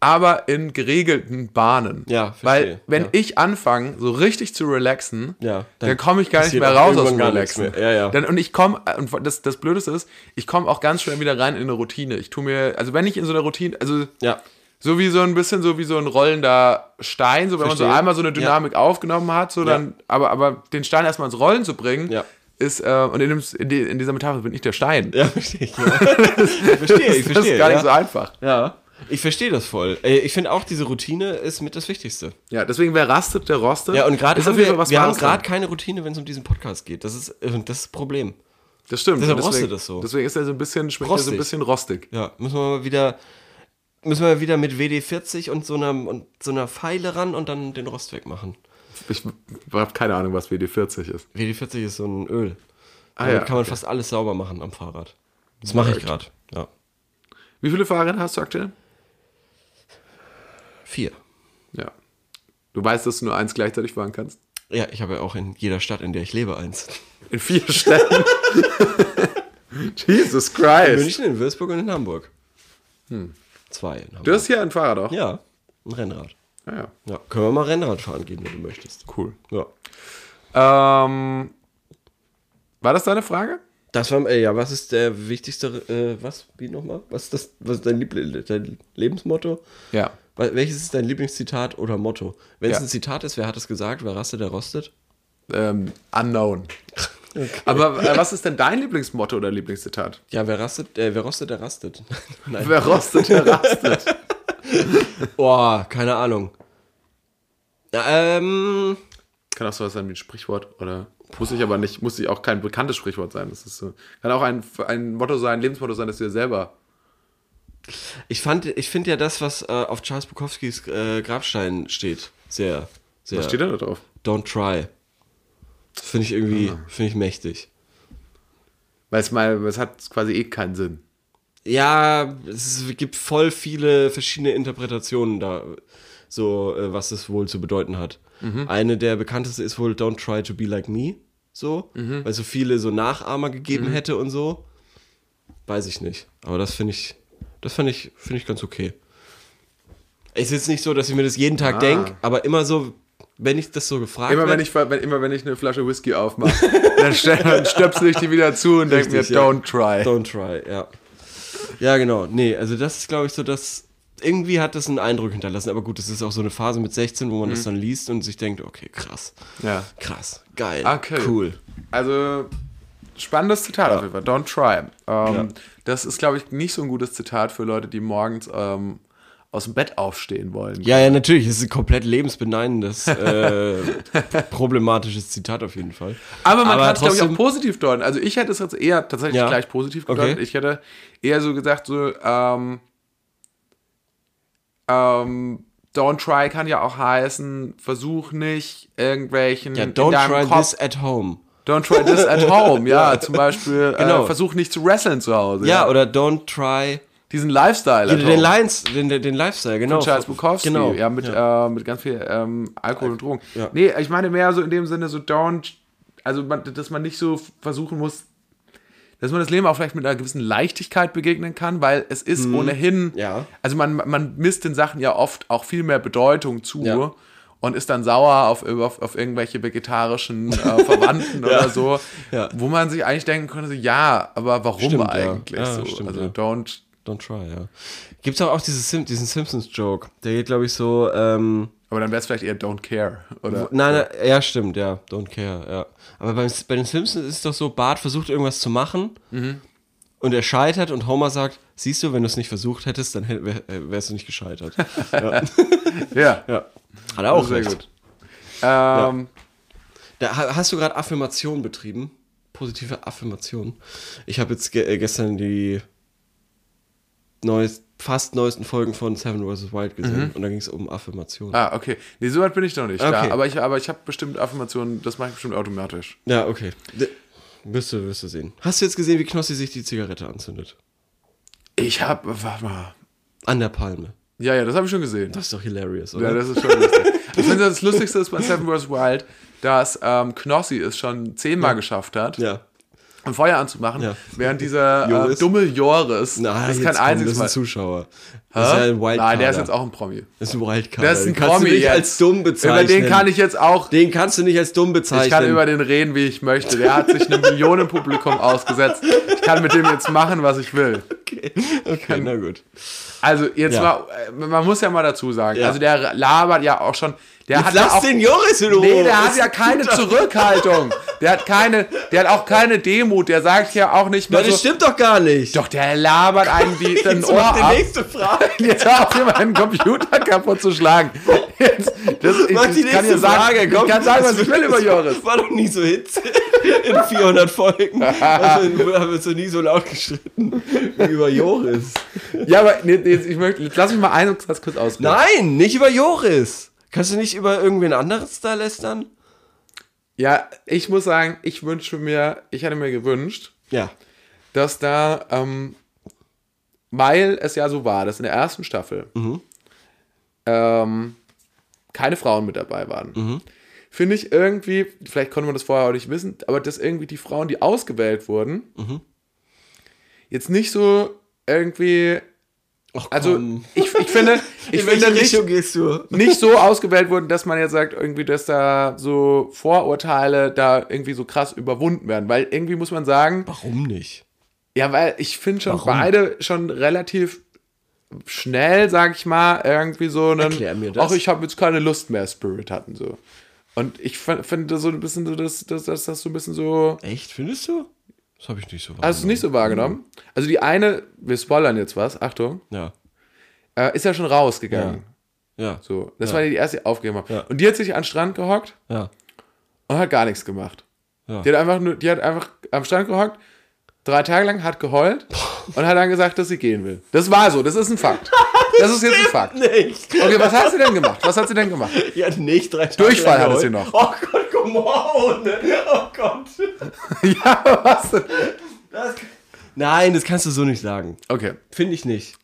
[SPEAKER 1] aber in geregelten Bahnen.
[SPEAKER 2] Ja, verstehe.
[SPEAKER 1] Weil wenn
[SPEAKER 2] Ja.
[SPEAKER 1] ich anfange, so richtig zu relaxen,
[SPEAKER 2] Ja, dann
[SPEAKER 1] dann, komme ich gar nicht
[SPEAKER 2] passiert
[SPEAKER 1] mehr
[SPEAKER 2] auch
[SPEAKER 1] raus aus dem
[SPEAKER 2] irgendwann gar nichts
[SPEAKER 1] Relaxen.
[SPEAKER 2] mehr. Ja, ja.
[SPEAKER 1] Dann, und ich komme, und das, das Blödeste ist, ich komme auch ganz schnell wieder rein in eine Routine. Ich tue mir, also wenn ich in so einer Routine, also
[SPEAKER 2] Ja.
[SPEAKER 1] so wie so ein bisschen so wie so ein rollender Stein, so wenn man
[SPEAKER 2] Verstehe.
[SPEAKER 1] so einmal so eine Dynamik aufgenommen hat, so dann, aber, aber den Stein erstmal ins Rollen zu bringen,
[SPEAKER 2] Ja.
[SPEAKER 1] ist, äh, und in, dem, in, die, in dieser Metapher bin ich der Stein.
[SPEAKER 2] Ja, verstehe ich. Ja. ich verstehe, ich verstehe.
[SPEAKER 1] das ist gar
[SPEAKER 2] ja.
[SPEAKER 1] nicht so einfach.
[SPEAKER 2] ja. Ich verstehe das voll. Äh, Ich finde auch, diese Routine ist mit das Wichtigste.
[SPEAKER 1] Ja, deswegen, wer rastet, der rostet.
[SPEAKER 2] Ja, und gerade
[SPEAKER 1] ist auf
[SPEAKER 2] haben
[SPEAKER 1] jeden
[SPEAKER 2] wir,
[SPEAKER 1] Fall was
[SPEAKER 2] wir haben
[SPEAKER 1] Wahres dran.
[SPEAKER 2] gerade keine Routine, wenn es um diesen Podcast geht. Das ist äh, das ist das Problem.
[SPEAKER 1] Das stimmt.
[SPEAKER 2] deshalb
[SPEAKER 1] Und deswegen,
[SPEAKER 2] rostet es so.
[SPEAKER 1] Deswegen ist er so ein bisschen, schmeckt er so ein
[SPEAKER 2] Rostig.
[SPEAKER 1] bisschen rostig.
[SPEAKER 2] Ja, müssen wir mal wieder müssen wir wieder mit WD40 und so einer und so einer Pfeile ran und dann den Rost wegmachen.
[SPEAKER 1] Ich habe keine Ahnung, was WD-40 ist.
[SPEAKER 2] WD40 ist so ein Öl.
[SPEAKER 1] Ah,
[SPEAKER 2] Damit
[SPEAKER 1] ja,
[SPEAKER 2] kann man fast alles sauber machen am Fahrrad. Das mache ich gerade. Ja.
[SPEAKER 1] Wie viele Fahrräder hast du aktuell?
[SPEAKER 2] Vier.
[SPEAKER 1] Ja. Du weißt, dass du nur eins gleichzeitig fahren kannst?
[SPEAKER 2] Ja, ich habe ja auch in jeder Stadt, in der ich lebe, eins.
[SPEAKER 1] In vier Städten. Jesus
[SPEAKER 2] In
[SPEAKER 1] Christ.
[SPEAKER 2] München, in Würzburg und in Hamburg. Zwei in Hamburg.
[SPEAKER 1] Du hast hier ein Fahrrad auch.
[SPEAKER 2] ja, ein Rennrad.
[SPEAKER 1] Ah, ja.
[SPEAKER 2] Ja, können wir mal Rennrad fahren gehen, wenn du möchtest.
[SPEAKER 1] Cool.
[SPEAKER 2] Ja.
[SPEAKER 1] Ähm, war das deine Frage?
[SPEAKER 2] Das war, äh, ja, was ist der wichtigste, äh, was, wie nochmal? Was ist das, was ist dein, Liebl dein Lebensmotto?
[SPEAKER 1] Ja.
[SPEAKER 2] Wel- Welches ist dein Lieblingszitat oder Motto? Wenn es
[SPEAKER 1] Ja.
[SPEAKER 2] ein Zitat ist, wer hat es gesagt? Wer rastet, der rostet?
[SPEAKER 1] Ähm, unknown. Aber äh, was ist denn dein Lieblingsmotto oder Lieblingszitat?
[SPEAKER 2] Ja, wer rastet, äh, wer rostet, der rastet. Nein.
[SPEAKER 1] Wer rostet, der rastet.
[SPEAKER 2] Boah, Oh, keine Ahnung. Ähm,
[SPEAKER 1] Kann auch sowas sein wie ein Sprichwort oder muss ich aber nicht, muss ich auch kein bekanntes Sprichwort sein. Das ist so. Kann auch ein, ein Motto sein, Lebensmotto sein, das du dir selber.
[SPEAKER 2] ich fand, ich finde ja das, was äh, auf Charles Bukowskis äh, Grabstein steht, sehr, sehr.
[SPEAKER 1] Was steht denn da Ah. drauf?
[SPEAKER 2] Don't try. Das Finde ich irgendwie, finde ich mächtig.
[SPEAKER 1] Weil es mal, es hat quasi eh keinen Sinn.
[SPEAKER 2] Ja, es gibt voll viele verschiedene Interpretationen da, so äh, was es wohl zu bedeuten hat.
[SPEAKER 1] Mhm.
[SPEAKER 2] Eine der bekanntesten ist wohl Don't try to be like me, so,
[SPEAKER 1] Mhm.
[SPEAKER 2] weil so viele so Nachahmer gegeben hätte und so. Weiß ich nicht, aber das finde ich, das finde ich, finde ich ganz okay. Es ist jetzt nicht so, dass ich mir das jeden Tag denke, aber immer so, wenn ich das so gefragt
[SPEAKER 1] Ah. Immer wenn
[SPEAKER 2] werd-
[SPEAKER 1] ich, wenn, immer wenn ich eine Flasche Whisky aufmache, dann, stell- dann stöpsel ich die wieder zu und denke mir,
[SPEAKER 2] Richtig, ja.
[SPEAKER 1] don't try.
[SPEAKER 2] Don't try, ja. Ja, genau. Nee, also das ist, glaube ich, so das. Irgendwie hat das einen Eindruck hinterlassen, aber gut, das ist auch so eine Phase mit 16, wo man das dann liest und sich denkt, okay, krass,
[SPEAKER 1] Mhm. Ja. Ah,
[SPEAKER 2] krass, geil,
[SPEAKER 1] Okay.
[SPEAKER 2] cool.
[SPEAKER 1] Also, spannendes Zitat auf jeden Fall. Don't try. Ähm, Das ist, glaube ich, nicht so ein gutes Zitat für Leute, die morgens ähm, aus dem Bett aufstehen wollen.
[SPEAKER 2] Ja, ja, natürlich, es ist ein komplett lebensbeneinendes, äh, problematisches Zitat auf jeden Fall.
[SPEAKER 1] Aber man kann es, glaube ich, auch
[SPEAKER 2] trotzdem-
[SPEAKER 1] positiv deuten. Also ich hätte es jetzt eher tatsächlich
[SPEAKER 2] Ja.
[SPEAKER 1] gleich positiv
[SPEAKER 2] Okay.
[SPEAKER 1] gedeutet. Ich hätte eher so gesagt, so, ähm, ähm, don't try kann ja auch heißen, versuch nicht irgendwelchen
[SPEAKER 2] Ja,
[SPEAKER 1] in
[SPEAKER 2] don't
[SPEAKER 1] deinem
[SPEAKER 2] try
[SPEAKER 1] Kopf-
[SPEAKER 2] this at home.
[SPEAKER 1] Don't try this at home, ja, zum Beispiel, äh,
[SPEAKER 2] Genau.
[SPEAKER 1] versuch nicht zu wresteln zu Hause.
[SPEAKER 2] Ja, oder don't try
[SPEAKER 1] Diesen Lifestyle. at
[SPEAKER 2] den,
[SPEAKER 1] home.
[SPEAKER 2] Lines, den, den Lifestyle, genau.
[SPEAKER 1] Von Charles Bukowski,
[SPEAKER 2] Genau.
[SPEAKER 1] ja, mit, Äh, mit ganz viel ähm, Alkohol und Drogen.
[SPEAKER 2] Ja.
[SPEAKER 1] Nee, ich meine mehr so in dem Sinne, so don't, also man, dass man nicht so f- versuchen muss, dass man das Leben auch vielleicht mit einer gewissen Leichtigkeit begegnen kann, weil es ist ohnehin,
[SPEAKER 2] Mhm. Ja.
[SPEAKER 1] also man, man misst den Sachen ja oft auch viel mehr Bedeutung zu.
[SPEAKER 2] Ja.
[SPEAKER 1] Und ist dann sauer auf, auf, auf irgendwelche vegetarischen äh, Verwandten oder so,
[SPEAKER 2] Ja.
[SPEAKER 1] wo man sich eigentlich denken könnte, so, ja, aber warum
[SPEAKER 2] Stimmt, ja.
[SPEAKER 1] eigentlich?
[SPEAKER 2] Ja,
[SPEAKER 1] so?
[SPEAKER 2] stimmt,
[SPEAKER 1] also
[SPEAKER 2] ja.
[SPEAKER 1] don't,
[SPEAKER 2] Don't try, ja. Gibt's auch, auch diese Sim diesen Simpsons-Joke. Der geht, glaube ich, so, ähm,
[SPEAKER 1] aber dann wäre es vielleicht eher don't care. Oder?
[SPEAKER 2] Nein, nein, ja, stimmt, ja. Don't care, ja. Aber beim, bei den Simpsons ist es doch so, Bart versucht irgendwas zu machen und er scheitert und Homer sagt, siehst du, wenn du es nicht versucht hättest, dann hätt- wär, äh, wärst du nicht gescheitert.
[SPEAKER 1] Ja.
[SPEAKER 2] ja. Hat er auch
[SPEAKER 1] Sehr
[SPEAKER 2] recht.
[SPEAKER 1] gut. Ähm,
[SPEAKER 2] Da, ha- hast du gerade Affirmationen betrieben? Positive Affirmationen. Ich habe jetzt ge äh, gestern die neues, fast neuesten Folgen von Seven vs. Wild gesehen und da ging es um Affirmationen.
[SPEAKER 1] Ah, okay. Nee, so weit bin ich noch nicht.
[SPEAKER 2] Okay.
[SPEAKER 1] Ja, aber ich, aber ich habe bestimmt Affirmationen, das mache ich bestimmt automatisch.
[SPEAKER 2] Ja, okay. D wirst, du, wirst du sehen. Hast du jetzt gesehen, wie Knossi sich die Zigarette anzündet?
[SPEAKER 1] Ich habe, warte mal.
[SPEAKER 2] An der Palme.
[SPEAKER 1] Ja, ja, das habe ich schon gesehen.
[SPEAKER 2] Das ist doch hilarious,
[SPEAKER 1] ja,
[SPEAKER 2] oder?
[SPEAKER 1] das ist schon lustig. Ich finde, das Lustigste ist bei Seven vs. Wild, dass ähm, Knossi es schon zehnmal geschafft hat,
[SPEAKER 2] ja.
[SPEAKER 1] ein Feuer anzumachen,
[SPEAKER 2] Ja.
[SPEAKER 1] während dieser äh,
[SPEAKER 2] Joris.
[SPEAKER 1] dumme Joris
[SPEAKER 2] Na,
[SPEAKER 1] das
[SPEAKER 2] jetzt
[SPEAKER 1] kein
[SPEAKER 2] komm,
[SPEAKER 1] einziges
[SPEAKER 2] Das
[SPEAKER 1] Mal.
[SPEAKER 2] ist ein Zuschauer. Das ist ja ein Wildcard.
[SPEAKER 1] Nein, der ist jetzt auch ein Promi.
[SPEAKER 2] Das ist ein Wildcard.
[SPEAKER 1] Der ist ein
[SPEAKER 2] den kannst
[SPEAKER 1] Promi
[SPEAKER 2] du nicht
[SPEAKER 1] jetzt.
[SPEAKER 2] als dumm bezeichnen.
[SPEAKER 1] Über den kann ich jetzt auch
[SPEAKER 2] Den kannst du nicht als dumm bezeichnen.
[SPEAKER 1] Ich kann über den reden, wie ich möchte. Der hat sich einem Millionenpublikum ausgesetzt. Ich kann mit dem jetzt machen, was ich will.
[SPEAKER 2] Okay, okay na gut.
[SPEAKER 1] Also jetzt
[SPEAKER 2] Ja.
[SPEAKER 1] mal, äh, man muss ja mal dazu sagen,
[SPEAKER 2] Ja.
[SPEAKER 1] also der labert ja auch schon, der hat
[SPEAKER 2] Jetzt
[SPEAKER 1] ja
[SPEAKER 2] lass
[SPEAKER 1] auch,
[SPEAKER 2] den Joris in Ruhe.
[SPEAKER 1] nee, der hat
[SPEAKER 2] Ist
[SPEAKER 1] ja
[SPEAKER 2] ein
[SPEAKER 1] keine
[SPEAKER 2] guter-
[SPEAKER 1] Zurückhaltung. Der hat keine, der hat auch keine Demut. Der sagt ja auch nicht
[SPEAKER 2] Ja,
[SPEAKER 1] mehr
[SPEAKER 2] das
[SPEAKER 1] so,
[SPEAKER 2] stimmt doch gar nicht.
[SPEAKER 1] doch der labert einem die, den
[SPEAKER 2] Jetzt
[SPEAKER 1] Ohr
[SPEAKER 2] mach
[SPEAKER 1] ab.
[SPEAKER 2] die nächste Frage.
[SPEAKER 1] Jetzt hör auf, hier meinen Computer kaputt zu schlagen. Jetzt, das, ich,
[SPEAKER 2] Mach die
[SPEAKER 1] ich kann
[SPEAKER 2] nächste
[SPEAKER 1] dir sagen,
[SPEAKER 2] Frage. Komm,
[SPEAKER 1] ich kann sagen,
[SPEAKER 2] das
[SPEAKER 1] was ich
[SPEAKER 2] wird-
[SPEAKER 1] will über
[SPEAKER 2] das
[SPEAKER 1] Joris.
[SPEAKER 2] War doch nie so hitzig in 400 Folgen. Also, haben wir uns noch nie so laut gestritten wie über Joris.
[SPEAKER 1] Ja, aber nee, nee, ich möchte, lass mich mal einen Satz kurz ausreden.
[SPEAKER 2] Nein, nicht über Joris. Kannst du nicht über irgendwen anderes da lästern?
[SPEAKER 1] Ja, ich muss sagen, ich wünsche mir, ich hätte mir gewünscht,
[SPEAKER 2] Ja.
[SPEAKER 1] dass da, ähm, weil es ja so war, dass in der ersten Staffel
[SPEAKER 2] Mhm.
[SPEAKER 1] ähm, keine Frauen mit dabei waren.
[SPEAKER 2] Mhm.
[SPEAKER 1] Finde ich irgendwie, vielleicht konnte man das vorher auch nicht wissen, aber dass irgendwie die Frauen, die ausgewählt wurden,
[SPEAKER 2] Mhm.
[SPEAKER 1] jetzt nicht so irgendwie,
[SPEAKER 2] Och,
[SPEAKER 1] also
[SPEAKER 2] komm.
[SPEAKER 1] ich, ich finde, ich
[SPEAKER 2] in welche
[SPEAKER 1] finde nicht,
[SPEAKER 2] Richtung gehst du?
[SPEAKER 1] nicht so ausgewählt wurden, dass man jetzt sagt, irgendwie, dass da so Vorurteile da irgendwie so krass überwunden werden. Weil irgendwie muss man sagen,
[SPEAKER 2] Warum nicht?
[SPEAKER 1] ja, weil ich finde schon
[SPEAKER 2] Warum?
[SPEAKER 1] beide schon relativ schnell, sag ich mal, irgendwie so einen,
[SPEAKER 2] Erklär mir das.
[SPEAKER 1] ach, ich habe jetzt keine Lust mehr, Spirit hatten so. Und ich fin- finde so ein bisschen so, dass das, das, das so ein bisschen so.
[SPEAKER 2] Echt, findest du? Also Das habe ich nicht so
[SPEAKER 1] Hast du es nicht so wahrgenommen? Also die eine, wir spoilern jetzt was, Achtung,
[SPEAKER 2] Ja.
[SPEAKER 1] äh, ist ja schon rausgegangen.
[SPEAKER 2] Ja.
[SPEAKER 1] So, das
[SPEAKER 2] Ja.
[SPEAKER 1] war die erste, die aufgegeben hat.
[SPEAKER 2] Ja.
[SPEAKER 1] Und die hat sich an den Strand gehockt
[SPEAKER 2] Ja.
[SPEAKER 1] und hat gar nichts gemacht.
[SPEAKER 2] Ja.
[SPEAKER 1] Die hat einfach nur, die hat einfach am Strand gehockt, drei Tage lang, hat geheult und hat dann gesagt, dass sie gehen will. Das war so, das ist ein Fakt. Das ist jetzt ein Fakt.
[SPEAKER 2] Nicht.
[SPEAKER 1] Okay, was hat sie denn gemacht? Was hat sie denn gemacht?
[SPEAKER 2] Ja, nicht drei Tage
[SPEAKER 1] Durchfall
[SPEAKER 2] lang
[SPEAKER 1] hatte sie
[SPEAKER 2] geholt.
[SPEAKER 1] noch.
[SPEAKER 2] Oh Gott, come on. Oh Gott.
[SPEAKER 1] ja, aber was denn?
[SPEAKER 2] Das, nein, das kannst du so nicht sagen.
[SPEAKER 1] Okay.
[SPEAKER 2] Finde ich nicht.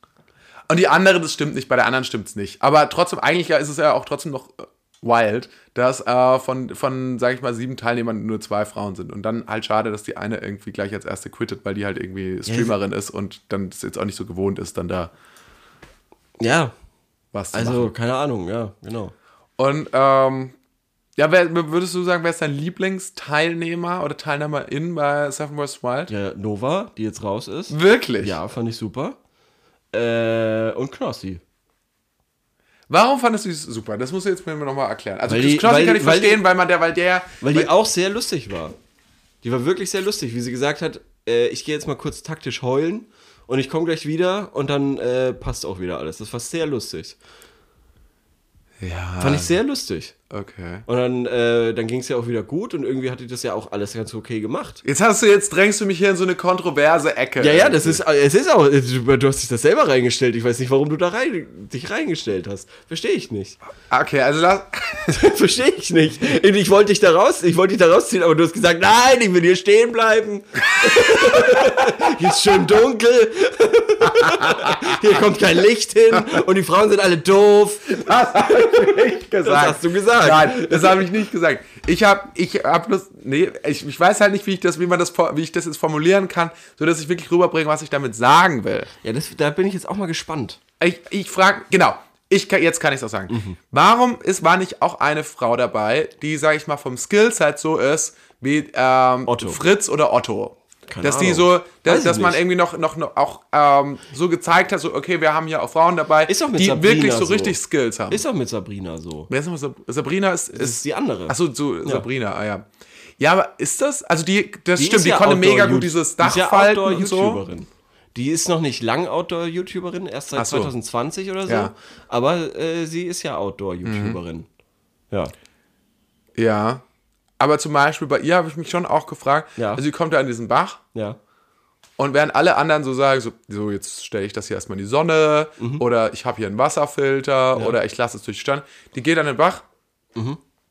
[SPEAKER 1] Und die andere, das stimmt nicht, bei der anderen stimmt's nicht. Aber trotzdem, eigentlich ja, ist es ja auch trotzdem noch äh, wild, dass äh, von, von, sag ich mal, sieben Teilnehmern nur zwei Frauen sind. Und dann halt schade, dass die eine irgendwie gleich als erste quittet, weil die halt irgendwie Streamerin ist und dann es jetzt auch nicht so gewohnt ist, dann da
[SPEAKER 2] Ja,
[SPEAKER 1] was zu
[SPEAKER 2] also
[SPEAKER 1] machen.
[SPEAKER 2] keine Ahnung, ja, genau.
[SPEAKER 1] Und ähm, ja, wer, würdest du sagen, wer ist dein Lieblingsteilnehmer oder Teilnehmerin bei Seven Wars Wild?
[SPEAKER 2] Ja, Nova, die jetzt raus ist.
[SPEAKER 1] Wirklich?
[SPEAKER 2] Ja, fand ich super. Äh, und Knossi.
[SPEAKER 1] Warum fandest du es super? Das musst du jetzt mir nochmal erklären. Also
[SPEAKER 2] Weil
[SPEAKER 1] Chris
[SPEAKER 2] die-
[SPEAKER 1] Knossi
[SPEAKER 2] weil
[SPEAKER 1] kann
[SPEAKER 2] die-
[SPEAKER 1] ich
[SPEAKER 2] weil die-
[SPEAKER 1] verstehen, weil man der, weil der.
[SPEAKER 2] Weil die auch sehr lustig war. Die war wirklich sehr lustig, wie sie gesagt hat, äh, ich gehe jetzt mal kurz taktisch heulen und ich komme gleich wieder und dann äh, passt auch wieder alles. Das war sehr lustig.
[SPEAKER 1] ja.
[SPEAKER 2] Fand ich sehr lustig.
[SPEAKER 1] Okay.
[SPEAKER 2] Und dann, äh, dann ging es ja auch wieder gut und irgendwie hat die das ja auch alles ganz okay gemacht.
[SPEAKER 1] Jetzt hast du, jetzt drängst du mich hier in so eine kontroverse Ecke.
[SPEAKER 2] Ja, ja, das ist, es ist auch, du, du hast dich das selber reingestellt. Ich weiß nicht, warum du da rein, dich reingestellt hast. Verstehe ich nicht.
[SPEAKER 1] Okay, also lass.
[SPEAKER 2] Verstehe ich nicht. Ich wollte dich da raus, ich wollte dich da rausziehen, aber du hast gesagt, nein, ich will hier stehen bleiben. hier ist schön dunkel. hier kommt kein Licht hin und die Frauen sind alle doof.
[SPEAKER 1] Das habe ich nicht gesagt.
[SPEAKER 2] Das hast du gesagt.
[SPEAKER 1] Nein, das habe ich nicht gesagt. Ich habe, ich habe bloß, nee, ich, ich weiß halt nicht, wie ich das, wie man das, for- wie ich das jetzt formulieren kann, so dass ich wirklich rüberbringe, was ich damit sagen will.
[SPEAKER 2] Ja, das, da bin ich jetzt auch mal gespannt.
[SPEAKER 1] Ich, ich frage, genau. Ich kann, jetzt kann ich es auch sagen.
[SPEAKER 2] Mhm.
[SPEAKER 1] Warum ist, war nicht auch eine Frau dabei, die, sage ich mal, vom Skillset so ist wie ähm,
[SPEAKER 2] Otto.
[SPEAKER 1] Fritz oder Otto?
[SPEAKER 2] Keine
[SPEAKER 1] dass die
[SPEAKER 2] Ahnung.
[SPEAKER 1] so,
[SPEAKER 2] Weiß
[SPEAKER 1] dass,
[SPEAKER 2] ich
[SPEAKER 1] dass man
[SPEAKER 2] nicht.
[SPEAKER 1] irgendwie noch, noch, noch auch ähm, so gezeigt hat, so, okay, wir haben hier auch Frauen dabei,
[SPEAKER 2] Ist doch mit
[SPEAKER 1] die
[SPEAKER 2] Sabrina
[SPEAKER 1] wirklich so
[SPEAKER 2] so.
[SPEAKER 1] richtig Skills haben.
[SPEAKER 2] Ist auch mit Sabrina so.
[SPEAKER 1] Wer ist nochmal Sab Sabrina ist,
[SPEAKER 2] Das
[SPEAKER 1] ist
[SPEAKER 2] ist die andere.
[SPEAKER 1] Achso, so Sabrina, ah ja. Ja, aber ist das? Also die, das
[SPEAKER 2] Die
[SPEAKER 1] stimmt,
[SPEAKER 2] ist
[SPEAKER 1] die
[SPEAKER 2] ja
[SPEAKER 1] konnte mega
[SPEAKER 2] Outdoor-Yout-
[SPEAKER 1] gut dieses
[SPEAKER 2] die
[SPEAKER 1] Dach
[SPEAKER 2] ist ja
[SPEAKER 1] falten und so.
[SPEAKER 2] Outdoor-YouTuberin. Die ist noch nicht lang Outdoor-YouTuberin, erst seit
[SPEAKER 1] Ach so.
[SPEAKER 2] 2020 oder so.
[SPEAKER 1] Ja. Mhm.
[SPEAKER 2] Aber äh, sie ist ja Outdoor-YouTuberin. Ja.
[SPEAKER 1] Ja. Aber zum Beispiel bei ihr habe ich mich schon auch gefragt,
[SPEAKER 2] Ja.
[SPEAKER 1] also sie kommt da an diesen Bach
[SPEAKER 2] Ja.
[SPEAKER 1] und während alle anderen so sagen, so, so jetzt stelle ich das hier erstmal in die Sonne oder ich habe hier einen Wasserfilter oder ich lasse es durch den Stand, die geht an den Bach,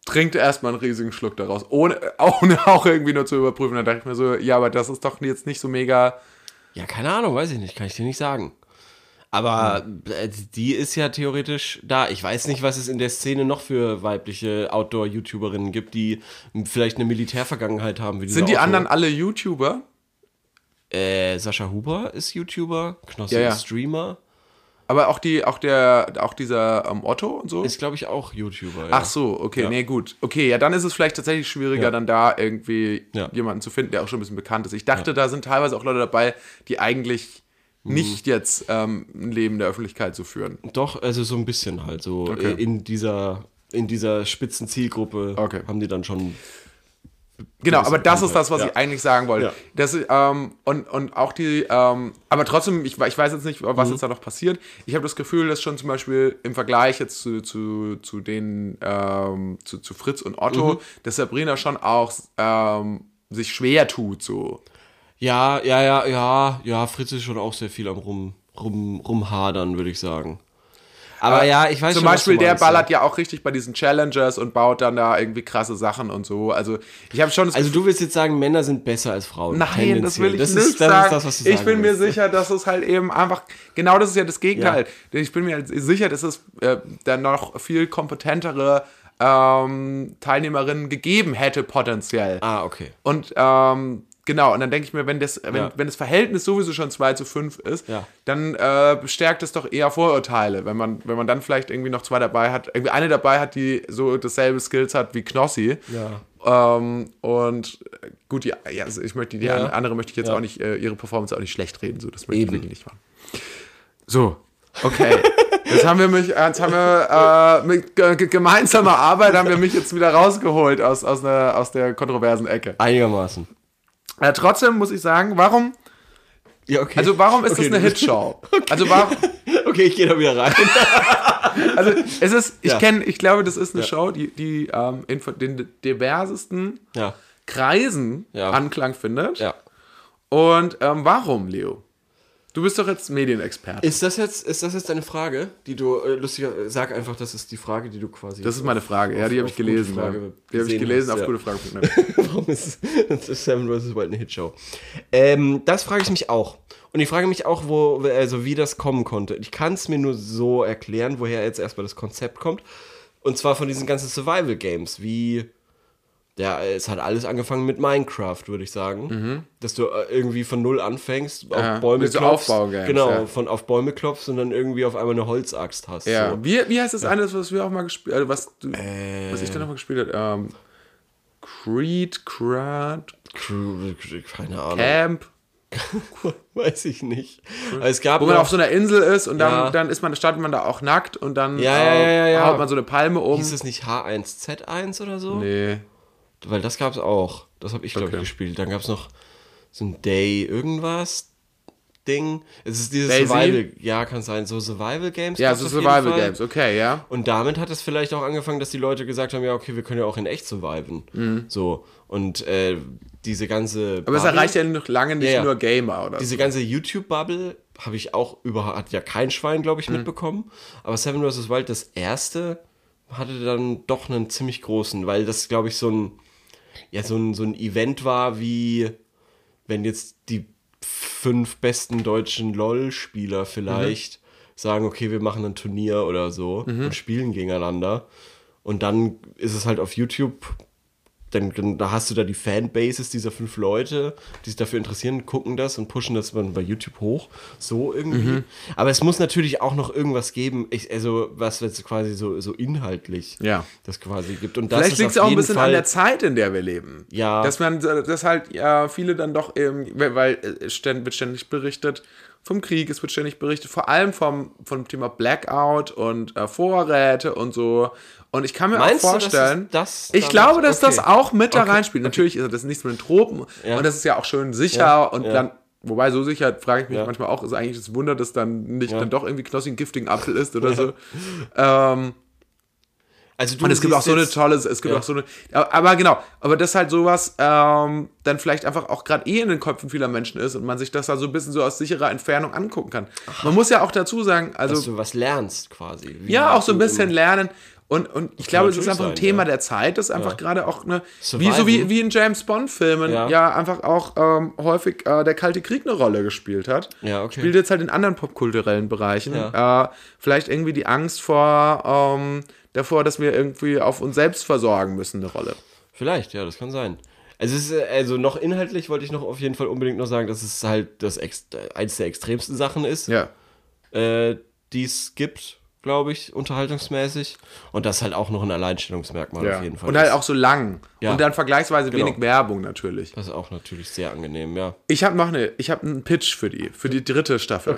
[SPEAKER 1] trinkt erstmal einen riesigen Schluck daraus, ohne, ohne auch irgendwie nur zu überprüfen. Dann dachte ich mir so, ja, aber das ist doch jetzt nicht so mega.
[SPEAKER 2] Ja, keine Ahnung, weiß ich nicht, kann ich dir nicht sagen. Aber äh, die ist ja theoretisch da. Ich weiß nicht, was es in der Szene noch für weibliche Outdoor-YouTuberinnen gibt, die m, vielleicht eine Militärvergangenheit haben. Wie
[SPEAKER 1] Sind die
[SPEAKER 2] dieser Otto.
[SPEAKER 1] anderen alle YouTuber?
[SPEAKER 2] Äh, Sascha Huber ist YouTuber, Knossi
[SPEAKER 1] Ja, ja.
[SPEAKER 2] ist Streamer,
[SPEAKER 1] Aber auch die, auch der, auch dieser ähm, Otto und so?
[SPEAKER 2] ist glaube ich auch YouTuber. Ja.
[SPEAKER 1] Ach so, okay,
[SPEAKER 2] Ja.
[SPEAKER 1] nee, gut. Okay, ja, dann ist es vielleicht tatsächlich schwieriger,
[SPEAKER 2] Ja.
[SPEAKER 1] dann da irgendwie
[SPEAKER 2] Ja.
[SPEAKER 1] jemanden zu finden, der auch schon ein bisschen bekannt ist. Ich dachte, da sind teilweise auch Leute dabei, die eigentlich
[SPEAKER 2] Hm.
[SPEAKER 1] nicht jetzt ähm, ein Leben der Öffentlichkeit zu führen.
[SPEAKER 2] Doch, also so ein bisschen halt so
[SPEAKER 1] Okay.
[SPEAKER 2] äh, in dieser in dieser spitzen Zielgruppe
[SPEAKER 1] Okay.
[SPEAKER 2] haben die dann schon
[SPEAKER 1] Genau,
[SPEAKER 2] gewisse
[SPEAKER 1] aber das ist
[SPEAKER 2] Bekanntheit,
[SPEAKER 1] das, was
[SPEAKER 2] ja.
[SPEAKER 1] ich eigentlich sagen wollte.
[SPEAKER 2] Ja.
[SPEAKER 1] Das, ähm, und, und auch die, ähm, aber trotzdem, ich, we- ich weiß jetzt nicht, was
[SPEAKER 2] Mhm.
[SPEAKER 1] jetzt da noch passiert. Ich habe das Gefühl, dass schon zum Beispiel im Vergleich jetzt zu, zu, zu den, ähm, zu, zu Fritz und
[SPEAKER 2] Mhm.
[SPEAKER 1] Otto, dass Sabrina schon auch ähm, sich schwer tut, so.
[SPEAKER 2] Ja, ja, ja, ja, ja, Fritz ist schon auch sehr viel am rum, rum, rumhadern, würde ich sagen. Aber, ja, ich weiß
[SPEAKER 1] Zum
[SPEAKER 2] schon, was
[SPEAKER 1] Beispiel,
[SPEAKER 2] du
[SPEAKER 1] der
[SPEAKER 2] meinst,
[SPEAKER 1] ballert ja auch richtig bei diesen Challengers und baut dann da irgendwie krasse Sachen und so. Also, ich habe schon das
[SPEAKER 2] Ja. Also du willst jetzt sagen, Männer sind besser als Frauen.
[SPEAKER 1] Nein, das will ich nicht
[SPEAKER 2] tendenziell. ist, das
[SPEAKER 1] sagen.
[SPEAKER 2] Ist das, was du
[SPEAKER 1] ich
[SPEAKER 2] sagen
[SPEAKER 1] bin mir
[SPEAKER 2] willst.
[SPEAKER 1] sicher, dass es halt eben einfach, genau das ist ja das Gegenteil. Ich bin mir halt sicher, dass es äh, dann noch viel kompetentere ähm, Teilnehmerinnen gegeben hätte, potenziell.
[SPEAKER 2] Ah, okay.
[SPEAKER 1] Und ähm, genau, und dann denke ich mir, wenn das, wenn,
[SPEAKER 2] Ja.
[SPEAKER 1] wenn das Verhältnis sowieso schon 2 zu 5 ist,
[SPEAKER 2] Ja.
[SPEAKER 1] dann äh, stärkt es doch eher Vorurteile, wenn man, wenn man dann vielleicht irgendwie noch zwei dabei hat, irgendwie eine dabei hat, die so dasselbe Skills hat wie Knossi.
[SPEAKER 2] Ja.
[SPEAKER 1] Ähm, und äh, gut, die, ja, also ich möchte die
[SPEAKER 2] Ja.
[SPEAKER 1] andere möchte ich jetzt
[SPEAKER 2] Ja.
[SPEAKER 1] auch nicht, äh, ihre Performance auch nicht schlecht reden, so das möchte
[SPEAKER 2] Eben.
[SPEAKER 1] ich wirklich nicht machen. So, Okay. Jetzt haben wir mich, äh, jetzt haben wir äh, mit ge- ge- gemeinsamer Arbeit haben wir mich jetzt wieder rausgeholt aus, aus, einer, aus der kontroversen Ecke.
[SPEAKER 2] Einigermaßen.
[SPEAKER 1] Äh, trotzdem muss ich sagen, warum,
[SPEAKER 2] Ja, okay.
[SPEAKER 1] also warum ist
[SPEAKER 2] Okay,
[SPEAKER 1] das eine
[SPEAKER 2] du bist-
[SPEAKER 1] Hitshow? Also warum,
[SPEAKER 2] Okay, ich gehe da wieder rein.
[SPEAKER 1] also es ist, ich
[SPEAKER 2] Ja.
[SPEAKER 1] kenne, ich glaube, das ist eine Show, die, die ähm, in den diversesten
[SPEAKER 2] Ja.
[SPEAKER 1] Kreisen
[SPEAKER 2] Ja.
[SPEAKER 1] Anklang findet.
[SPEAKER 2] Ja.
[SPEAKER 1] Und ähm, warum, Leo? Du bist doch jetzt Medienexperte.
[SPEAKER 2] Ist das jetzt, ist das jetzt eine Frage, die du, äh, lustiger, sag einfach, das ist die Frage, die du quasi.
[SPEAKER 1] Das ist meine Frage. Ja, die habe ich
[SPEAKER 2] auf gute
[SPEAKER 1] gelesen. Ja.
[SPEAKER 2] Frage
[SPEAKER 1] Die habe ich
[SPEAKER 2] gesehen
[SPEAKER 1] gelesen
[SPEAKER 2] hast,
[SPEAKER 1] auf
[SPEAKER 2] ja.
[SPEAKER 1] gute Fragen.
[SPEAKER 2] Warum ist, das ist Seven vs. Wild eine Hitshow? Ähm, das frage ich mich auch. Und ich frage mich auch, wo, also wie das kommen konnte. Ich kann es mir nur so erklären, woher jetzt erstmal das Konzept kommt. Und zwar von diesen ganzen Survival Games, wie. Ja, es hat alles angefangen mit Minecraft, würde ich sagen. Dass du äh, irgendwie von null anfängst, auf
[SPEAKER 1] Mhm. Ja,
[SPEAKER 2] Bäume
[SPEAKER 1] mit so
[SPEAKER 2] klopfst.
[SPEAKER 1] Aufbaugames,
[SPEAKER 2] genau,
[SPEAKER 1] ja.
[SPEAKER 2] von auf Bäume klopfst und dann irgendwie auf einmal eine Holzaxt hast. So.
[SPEAKER 1] Ja. Wie, wie heißt das eine, was wir auch mal gespielt haben? Was, du- was ich da nochmal gespielt habe? Ähm, Creed, Crud,
[SPEAKER 2] Crew- Keine Ahnung.
[SPEAKER 1] Camp.
[SPEAKER 2] Weiß ich nicht. Aber es gab
[SPEAKER 1] Wo man
[SPEAKER 2] noch-
[SPEAKER 1] auf so einer Insel ist und dann,
[SPEAKER 2] Ja.
[SPEAKER 1] dann ist man, startet man da auch nackt und dann
[SPEAKER 2] Ja, ja, ja, ja, ja.
[SPEAKER 1] haut man so eine Palme um.
[SPEAKER 2] Hieß es nicht H1Z1 oder so?
[SPEAKER 1] nee.
[SPEAKER 2] Weil das gab's auch. Das habe ich, glaube
[SPEAKER 1] Okay.
[SPEAKER 2] ich, gespielt. Dann gab's noch so ein Day irgendwas Ding. Es ist dieses
[SPEAKER 1] Daisy?
[SPEAKER 2] Survival, ja, kann sein, so Survival Games.
[SPEAKER 1] Ja,
[SPEAKER 2] gab's
[SPEAKER 1] so
[SPEAKER 2] auf jeden
[SPEAKER 1] Survival
[SPEAKER 2] Fall.
[SPEAKER 1] Games, okay, ja.
[SPEAKER 2] Und damit hat es vielleicht auch angefangen, dass die Leute gesagt haben, ja, okay, wir können ja auch in echt surviven. So und äh, diese ganze
[SPEAKER 1] Mhm. Aber es
[SPEAKER 2] Bubble-
[SPEAKER 1] erreicht ja noch lange nicht
[SPEAKER 2] Ja, ja.
[SPEAKER 1] nur Gamer oder so.
[SPEAKER 2] diese ganze YouTube-Bubble habe ich auch über, hat ja kein Schwein, glaube
[SPEAKER 1] Hm.
[SPEAKER 2] ich, mitbekommen. Aber Seven vs. Wild, das erste, hatte dann doch einen ziemlich großen, weil das, glaube ich, so ein, ja, so ein, so ein Event war, wie wenn jetzt die fünf besten deutschen LOL-Spieler vielleicht sagen, okay, wir machen ein Turnier oder so und spielen gegeneinander. Und dann ist es halt auf YouTube dann, dann da hast du da die Fanbases dieser fünf Leute, die sich dafür interessieren, gucken das und pushen das dann bei YouTube hoch. So irgendwie. Aber es muss natürlich auch noch irgendwas geben, ich, also was jetzt quasi so, so inhaltlich
[SPEAKER 1] Ja.
[SPEAKER 2] das quasi gibt. Und das
[SPEAKER 1] Vielleicht
[SPEAKER 2] ist
[SPEAKER 1] liegt es
[SPEAKER 2] auf
[SPEAKER 1] auch ein
[SPEAKER 2] jeden
[SPEAKER 1] bisschen
[SPEAKER 2] Fall,
[SPEAKER 1] an der Zeit, in der wir leben.
[SPEAKER 2] Ja.
[SPEAKER 1] Dass man, dass halt ja, viele dann doch eben, weil äh, ständ- wird ständig berichtet vom Krieg, es wird ständig berichtet, vor allem vom, vom Thema Blackout und äh, Vorräte und so. Und ich kann mir
[SPEAKER 2] Meinst
[SPEAKER 1] auch
[SPEAKER 2] du,
[SPEAKER 1] vorstellen,
[SPEAKER 2] dass es das
[SPEAKER 1] ich
[SPEAKER 2] damit-
[SPEAKER 1] glaube, dass das
[SPEAKER 2] okay.
[SPEAKER 1] auch mit da reinspielt. Natürlich ist das nichts mit den Tropen und das ist ja auch schön sicher
[SPEAKER 2] Ja,
[SPEAKER 1] und
[SPEAKER 2] ja.
[SPEAKER 1] dann. Wobei, so sicher frage ich mich
[SPEAKER 2] Ja.
[SPEAKER 1] manchmal auch, ist eigentlich das Wunder, dass dann nicht dann doch irgendwie knossigen, giftigen Apfel ist oder so. Ähm,
[SPEAKER 2] also du
[SPEAKER 1] und es gibt
[SPEAKER 2] siehst
[SPEAKER 1] auch so eine
[SPEAKER 2] jetzt-
[SPEAKER 1] tolle, es gibt
[SPEAKER 2] ja.
[SPEAKER 1] auch so eine, aber, aber genau, aber das halt sowas ähm, dann vielleicht einfach auch gerade eh in den Köpfen vieler Menschen ist und man sich das da so ein bisschen so aus sicherer Entfernung angucken kann. Man muss ja auch dazu sagen,
[SPEAKER 2] dass
[SPEAKER 1] also
[SPEAKER 2] du was lernst quasi. Wie
[SPEAKER 1] ja, auch so ein
[SPEAKER 2] du
[SPEAKER 1] bisschen lernen und, und ich glaube, es ist
[SPEAKER 2] natürlich
[SPEAKER 1] einfach ein
[SPEAKER 2] sein,
[SPEAKER 1] Thema
[SPEAKER 2] ja.
[SPEAKER 1] der Zeit, das einfach gerade auch eine, wie,
[SPEAKER 2] Survival.
[SPEAKER 1] so wie, wie in James Bond-Filmen ja.
[SPEAKER 2] Ja.
[SPEAKER 1] einfach auch ähm, häufig äh, der Kalte Krieg eine Rolle gespielt hat.
[SPEAKER 2] Ja, okay.
[SPEAKER 1] Spielt jetzt halt in anderen popkulturellen Bereichen. Äh, vielleicht irgendwie die Angst vor ähm, davor, dass wir irgendwie auf uns selbst versorgen müssen, eine Rolle.
[SPEAKER 2] Vielleicht, ja, das kann sein. Also, es ist, äh, also noch inhaltlich wollte ich noch auf jeden Fall unbedingt noch sagen, dass es halt das ex eins der extremsten Sachen ist.
[SPEAKER 1] Ja.
[SPEAKER 2] äh, die es gibt, glaube ich, unterhaltungsmäßig. Und das halt auch noch ein Alleinstellungsmerkmal auf jeden Fall.
[SPEAKER 1] Und halt
[SPEAKER 2] ist.
[SPEAKER 1] auch so lang.
[SPEAKER 2] Ja.
[SPEAKER 1] Und dann vergleichsweise
[SPEAKER 2] Genau.
[SPEAKER 1] wenig Werbung natürlich.
[SPEAKER 2] Das ist auch natürlich sehr angenehm, ja.
[SPEAKER 1] Ich habe noch eine, ich habe einen Pitch für die, für die dritte Staffel.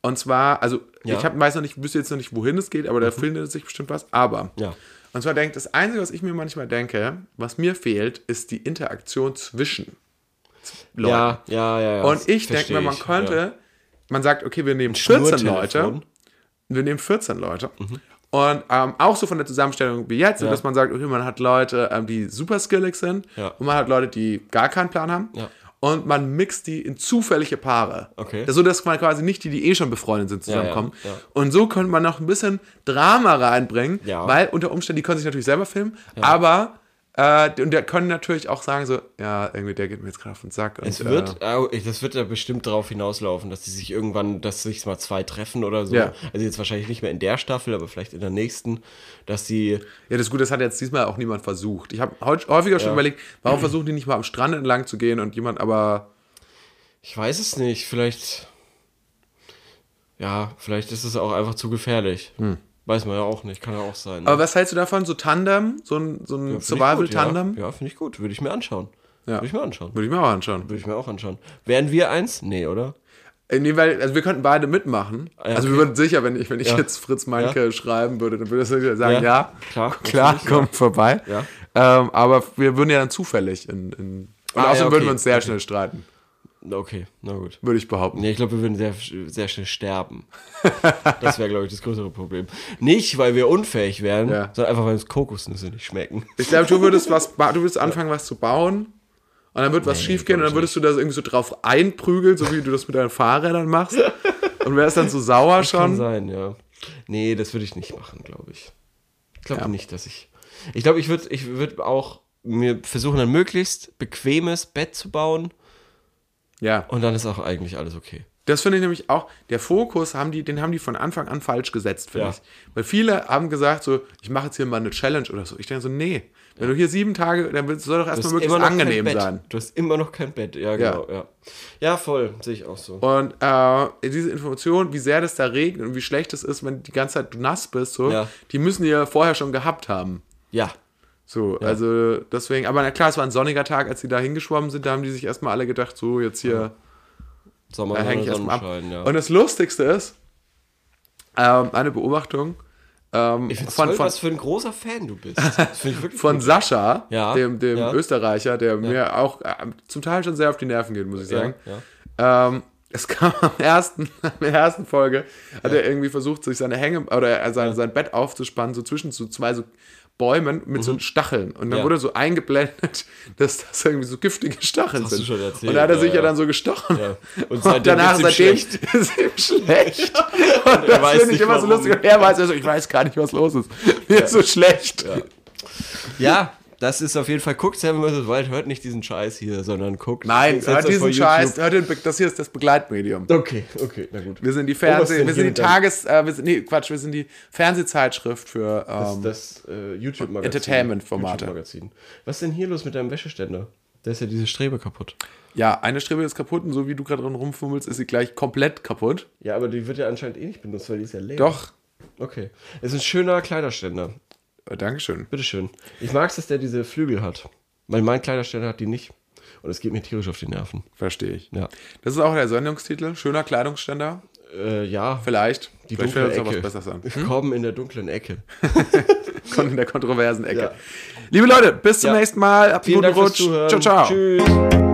[SPEAKER 1] Und zwar, also
[SPEAKER 2] Ja. Mhm.
[SPEAKER 1] ich hab, weiß noch nicht, wüsste jetzt noch nicht, wohin es geht, aber da findet sich bestimmt was. Aber.
[SPEAKER 2] Ja.
[SPEAKER 1] Und zwar denkt, das Einzige, was ich mir manchmal denke, was mir fehlt, ist die Interaktion zwischen z- Leuten.
[SPEAKER 2] Ja, ja, ja. ja das
[SPEAKER 1] Und ich denke
[SPEAKER 2] verstehe
[SPEAKER 1] mir, man
[SPEAKER 2] ich,
[SPEAKER 1] könnte,
[SPEAKER 2] ja.
[SPEAKER 1] man sagt, okay, wir nehmen
[SPEAKER 2] Nur
[SPEAKER 1] 14
[SPEAKER 2] Telefon.
[SPEAKER 1] Leute, wir nehmen 14 Leute. Und ähm, auch so von der Zusammenstellung wie jetzt, so
[SPEAKER 2] Mhm. Ja.
[SPEAKER 1] dass man sagt, okay, man hat Leute, ähm, die super skillig sind
[SPEAKER 2] Ja.
[SPEAKER 1] und man hat Leute, die gar keinen Plan haben.
[SPEAKER 2] Ja.
[SPEAKER 1] Und man mixt die in zufällige Paare.
[SPEAKER 2] Okay.
[SPEAKER 1] So dass man quasi nicht die, die eh schon befreundet sind, zusammenkommen.
[SPEAKER 2] Ja, ja, ja.
[SPEAKER 1] Und so könnte man noch ein bisschen Drama reinbringen,
[SPEAKER 2] Ja.
[SPEAKER 1] weil unter Umständen, die können sich natürlich selber filmen, aber äh, die- und der können natürlich auch sagen, so, ja, irgendwie, der geht mir jetzt gerade auf den Sack.
[SPEAKER 2] Es
[SPEAKER 1] und, äh,
[SPEAKER 2] wird, au, ich- das wird ja bestimmt darauf hinauslaufen, dass die sich irgendwann, dass sich mal zwei treffen oder so.
[SPEAKER 1] Ja.
[SPEAKER 2] Also jetzt wahrscheinlich nicht mehr in der Staffel, aber vielleicht in der nächsten, dass sie
[SPEAKER 1] Ja, das ist gut, das hat jetzt diesmal auch niemand versucht. Ich habe häufiger schon überlegt, warum versuchen die nicht mal am Strand entlang zu gehen und jemand aber.
[SPEAKER 2] Ich weiß es nicht. Vielleicht. Ja, vielleicht ist es auch einfach zu gefährlich. Weiß man ja auch nicht. Kann ja auch sein. ne?
[SPEAKER 1] Hm. Aber was hältst du davon? So Tandem? So ein, so ein
[SPEAKER 2] Ja, find ich gut,
[SPEAKER 1] Survival-Tandem?
[SPEAKER 2] Ja, ja finde ich gut. Würde ich mir anschauen.
[SPEAKER 1] Ja.
[SPEAKER 2] Würde ich mir anschauen.
[SPEAKER 1] Würde ich mir auch anschauen.
[SPEAKER 2] Würde ich mir auch anschauen. Wären wir eins? Nee, oder?
[SPEAKER 1] Äh, Nee, weil, also wir könnten beide mitmachen.
[SPEAKER 2] Ah, ja,
[SPEAKER 1] Also wir
[SPEAKER 2] okay.
[SPEAKER 1] würden sicher, wenn ich, wenn ich
[SPEAKER 2] Ja.
[SPEAKER 1] jetzt Fritz Meinke schreiben würde, dann würdest du sagen, ja,
[SPEAKER 2] Ja. Klar,
[SPEAKER 1] klar,
[SPEAKER 2] natürlich, ja.
[SPEAKER 1] kommt vorbei.
[SPEAKER 2] Ja.
[SPEAKER 1] Ähm, aber wir würden ja dann zufällig in. in und
[SPEAKER 2] Ah, ja,
[SPEAKER 1] außerdem würden wir
[SPEAKER 2] okay,
[SPEAKER 1] uns sehr
[SPEAKER 2] okay.
[SPEAKER 1] schnell streiten,
[SPEAKER 2] Okay, na gut.
[SPEAKER 1] würde ich behaupten.
[SPEAKER 2] Nee, ich glaube, wir würden sehr, sehr schnell sterben. Das wäre, glaube ich, das größere Problem. Nicht, weil wir unfähig wären,
[SPEAKER 1] Ja.
[SPEAKER 2] sondern einfach, weil uns Kokosnüsse nicht schmecken.
[SPEAKER 1] Ich glaube, du würdest was, ba- du würdest anfangen, was zu bauen. Und dann wird was schiefgehen und dann würdest du da irgendwie so drauf einprügeln, so wie du das mit deinen Fahrrädern machst. Und wärst dann so sauer
[SPEAKER 2] Kann
[SPEAKER 1] schon.
[SPEAKER 2] sein, ja. Nee, das würde ich nicht machen, glaube ich. Ich glaube nicht, dass ich. Ich glaube, ich würde ich würd auch mir versuchen, ein möglichst bequemes Bett zu bauen
[SPEAKER 1] Ja.
[SPEAKER 2] und dann ist auch eigentlich alles okay.
[SPEAKER 1] Das finde ich nämlich auch, der Fokus haben die, den haben die von Anfang an falsch gesetzt, finde
[SPEAKER 2] Ja.
[SPEAKER 1] ich. Weil viele haben gesagt, so, ich mache jetzt hier mal eine Challenge oder so. Ich denke so, nee, wenn du hier sieben Tage, dann willst- soll doch
[SPEAKER 2] Du
[SPEAKER 1] erstmal
[SPEAKER 2] hast
[SPEAKER 1] möglichst
[SPEAKER 2] kein
[SPEAKER 1] angenehm
[SPEAKER 2] Bett.
[SPEAKER 1] sein.
[SPEAKER 2] Du hast immer noch kein Bett, ja,
[SPEAKER 1] Ja.
[SPEAKER 2] genau. Ja, ja voll, sehe ich auch so.
[SPEAKER 1] Und äh, diese Information, wie sehr das da regnet und wie schlecht es ist, wenn die ganze Zeit du nass bist, so,
[SPEAKER 2] Ja.
[SPEAKER 1] die müssen die ja vorher schon gehabt haben.
[SPEAKER 2] Ja.
[SPEAKER 1] So, also deswegen, aber na klar, es war ein sonniger Tag, als die da hingeschwommen sind, da haben die sich erstmal alle gedacht, so, jetzt hier.
[SPEAKER 2] Sommer,
[SPEAKER 1] Da hänge ich
[SPEAKER 2] Sonne,
[SPEAKER 1] erstmal ab.
[SPEAKER 2] Sonnenschein, ja.
[SPEAKER 1] Und das Lustigste ist, ähm, eine Beobachtung ähm,
[SPEAKER 2] ich find's
[SPEAKER 1] von,
[SPEAKER 2] toll,
[SPEAKER 1] von,
[SPEAKER 2] was für ein großer Fan du bist. Das finde ich wirklich
[SPEAKER 1] von
[SPEAKER 2] gut.
[SPEAKER 1] Sascha,
[SPEAKER 2] Ja,
[SPEAKER 1] dem, dem
[SPEAKER 2] ja.
[SPEAKER 1] Österreicher, der mir auch äh, zum Teil schon sehr auf die Nerven geht, muss ich
[SPEAKER 2] ja,
[SPEAKER 1] sagen.
[SPEAKER 2] ja.
[SPEAKER 1] Ähm, es kam am ersten, an der ersten Folge, hat er irgendwie versucht, sich seine Hänge oder äh, sein, sein Bett aufzuspannen, so zwischen so zwei so Bäumen mit so Stacheln. Und dann
[SPEAKER 2] Mhm. Ja.
[SPEAKER 1] wurde so eingeblendet, dass das irgendwie so giftige Stacheln
[SPEAKER 2] hast du
[SPEAKER 1] sind.
[SPEAKER 2] schon erzählt,
[SPEAKER 1] und da hat er
[SPEAKER 2] ja,
[SPEAKER 1] sich ja,
[SPEAKER 2] ja.
[SPEAKER 1] dann so gestochen.
[SPEAKER 2] Ja. Und
[SPEAKER 1] Und,
[SPEAKER 2] seitdem
[SPEAKER 1] danach
[SPEAKER 2] geht's ihm
[SPEAKER 1] seitdem
[SPEAKER 2] schlecht.
[SPEAKER 1] ist ihm schlecht. Und
[SPEAKER 2] er
[SPEAKER 1] das
[SPEAKER 2] weiß
[SPEAKER 1] finde ich
[SPEAKER 2] nicht,
[SPEAKER 1] immer so
[SPEAKER 2] warum.
[SPEAKER 1] lustig. Und er weiß also, ich weiß gar nicht, was los ist. Mir ist so schlecht.
[SPEAKER 2] Ja, das ist auf jeden Fall. Guckt Seven vs. Wild, hört nicht diesen Scheiß hier, sondern guckt.
[SPEAKER 1] Nein,
[SPEAKER 2] setzt
[SPEAKER 1] hört
[SPEAKER 2] das vor
[SPEAKER 1] diesen
[SPEAKER 2] YouTube.
[SPEAKER 1] Scheiß, hört den, Be- das hier ist das Begleitmedium.
[SPEAKER 2] Okay, okay, na gut.
[SPEAKER 1] Wir sind die
[SPEAKER 2] was
[SPEAKER 1] Fernseh,
[SPEAKER 2] denn
[SPEAKER 1] wir sind die
[SPEAKER 2] hier denn?
[SPEAKER 1] Tages, äh, wir sind, nee, Quatsch, wir sind die Fernsehzeitschrift für ähm,
[SPEAKER 2] Das äh, YouTube-Magazin.
[SPEAKER 1] Entertainment-Formate.
[SPEAKER 2] YouTube-Magazin. Was ist denn hier los mit deinem Wäscheständer? Da ist ja diese Strebe kaputt.
[SPEAKER 1] ja, eine Strebe ist kaputt und so wie du gerade dran rumfummelst, ist sie gleich komplett kaputt.
[SPEAKER 2] Ja, aber die wird ja anscheinend eh nicht benutzt, weil die ist ja leer.
[SPEAKER 1] Doch,
[SPEAKER 2] Okay. Es ist ein schöner Kleiderständer.
[SPEAKER 1] äh, Dankeschön.
[SPEAKER 2] Bitteschön. Ich mag es, dass der diese Flügel hat. Weil mein Kleiderständer hat die nicht. Und es geht mir tierisch auf die Nerven.
[SPEAKER 1] Verstehe ich.
[SPEAKER 2] Ja.
[SPEAKER 1] Das ist auch der Sendungstitel. Schöner Kleidungsständer.
[SPEAKER 2] Äh, ja.
[SPEAKER 1] Vielleicht.
[SPEAKER 2] Die
[SPEAKER 1] Vielleicht
[SPEAKER 2] dunkle
[SPEAKER 1] noch was
[SPEAKER 2] Ecke.
[SPEAKER 1] Besseres an.
[SPEAKER 2] Kommen in der dunklen Ecke.
[SPEAKER 1] Kon- In der kontroversen Ecke.
[SPEAKER 2] Ja.
[SPEAKER 1] Liebe Leute, bis zum
[SPEAKER 2] Ja.
[SPEAKER 1] nächsten Mal. Habt einen
[SPEAKER 2] Vielen
[SPEAKER 1] guten
[SPEAKER 2] Dank fürs
[SPEAKER 1] Rutsch.
[SPEAKER 2] Zuhören.
[SPEAKER 1] Ciao, ciao.
[SPEAKER 2] Tschüss.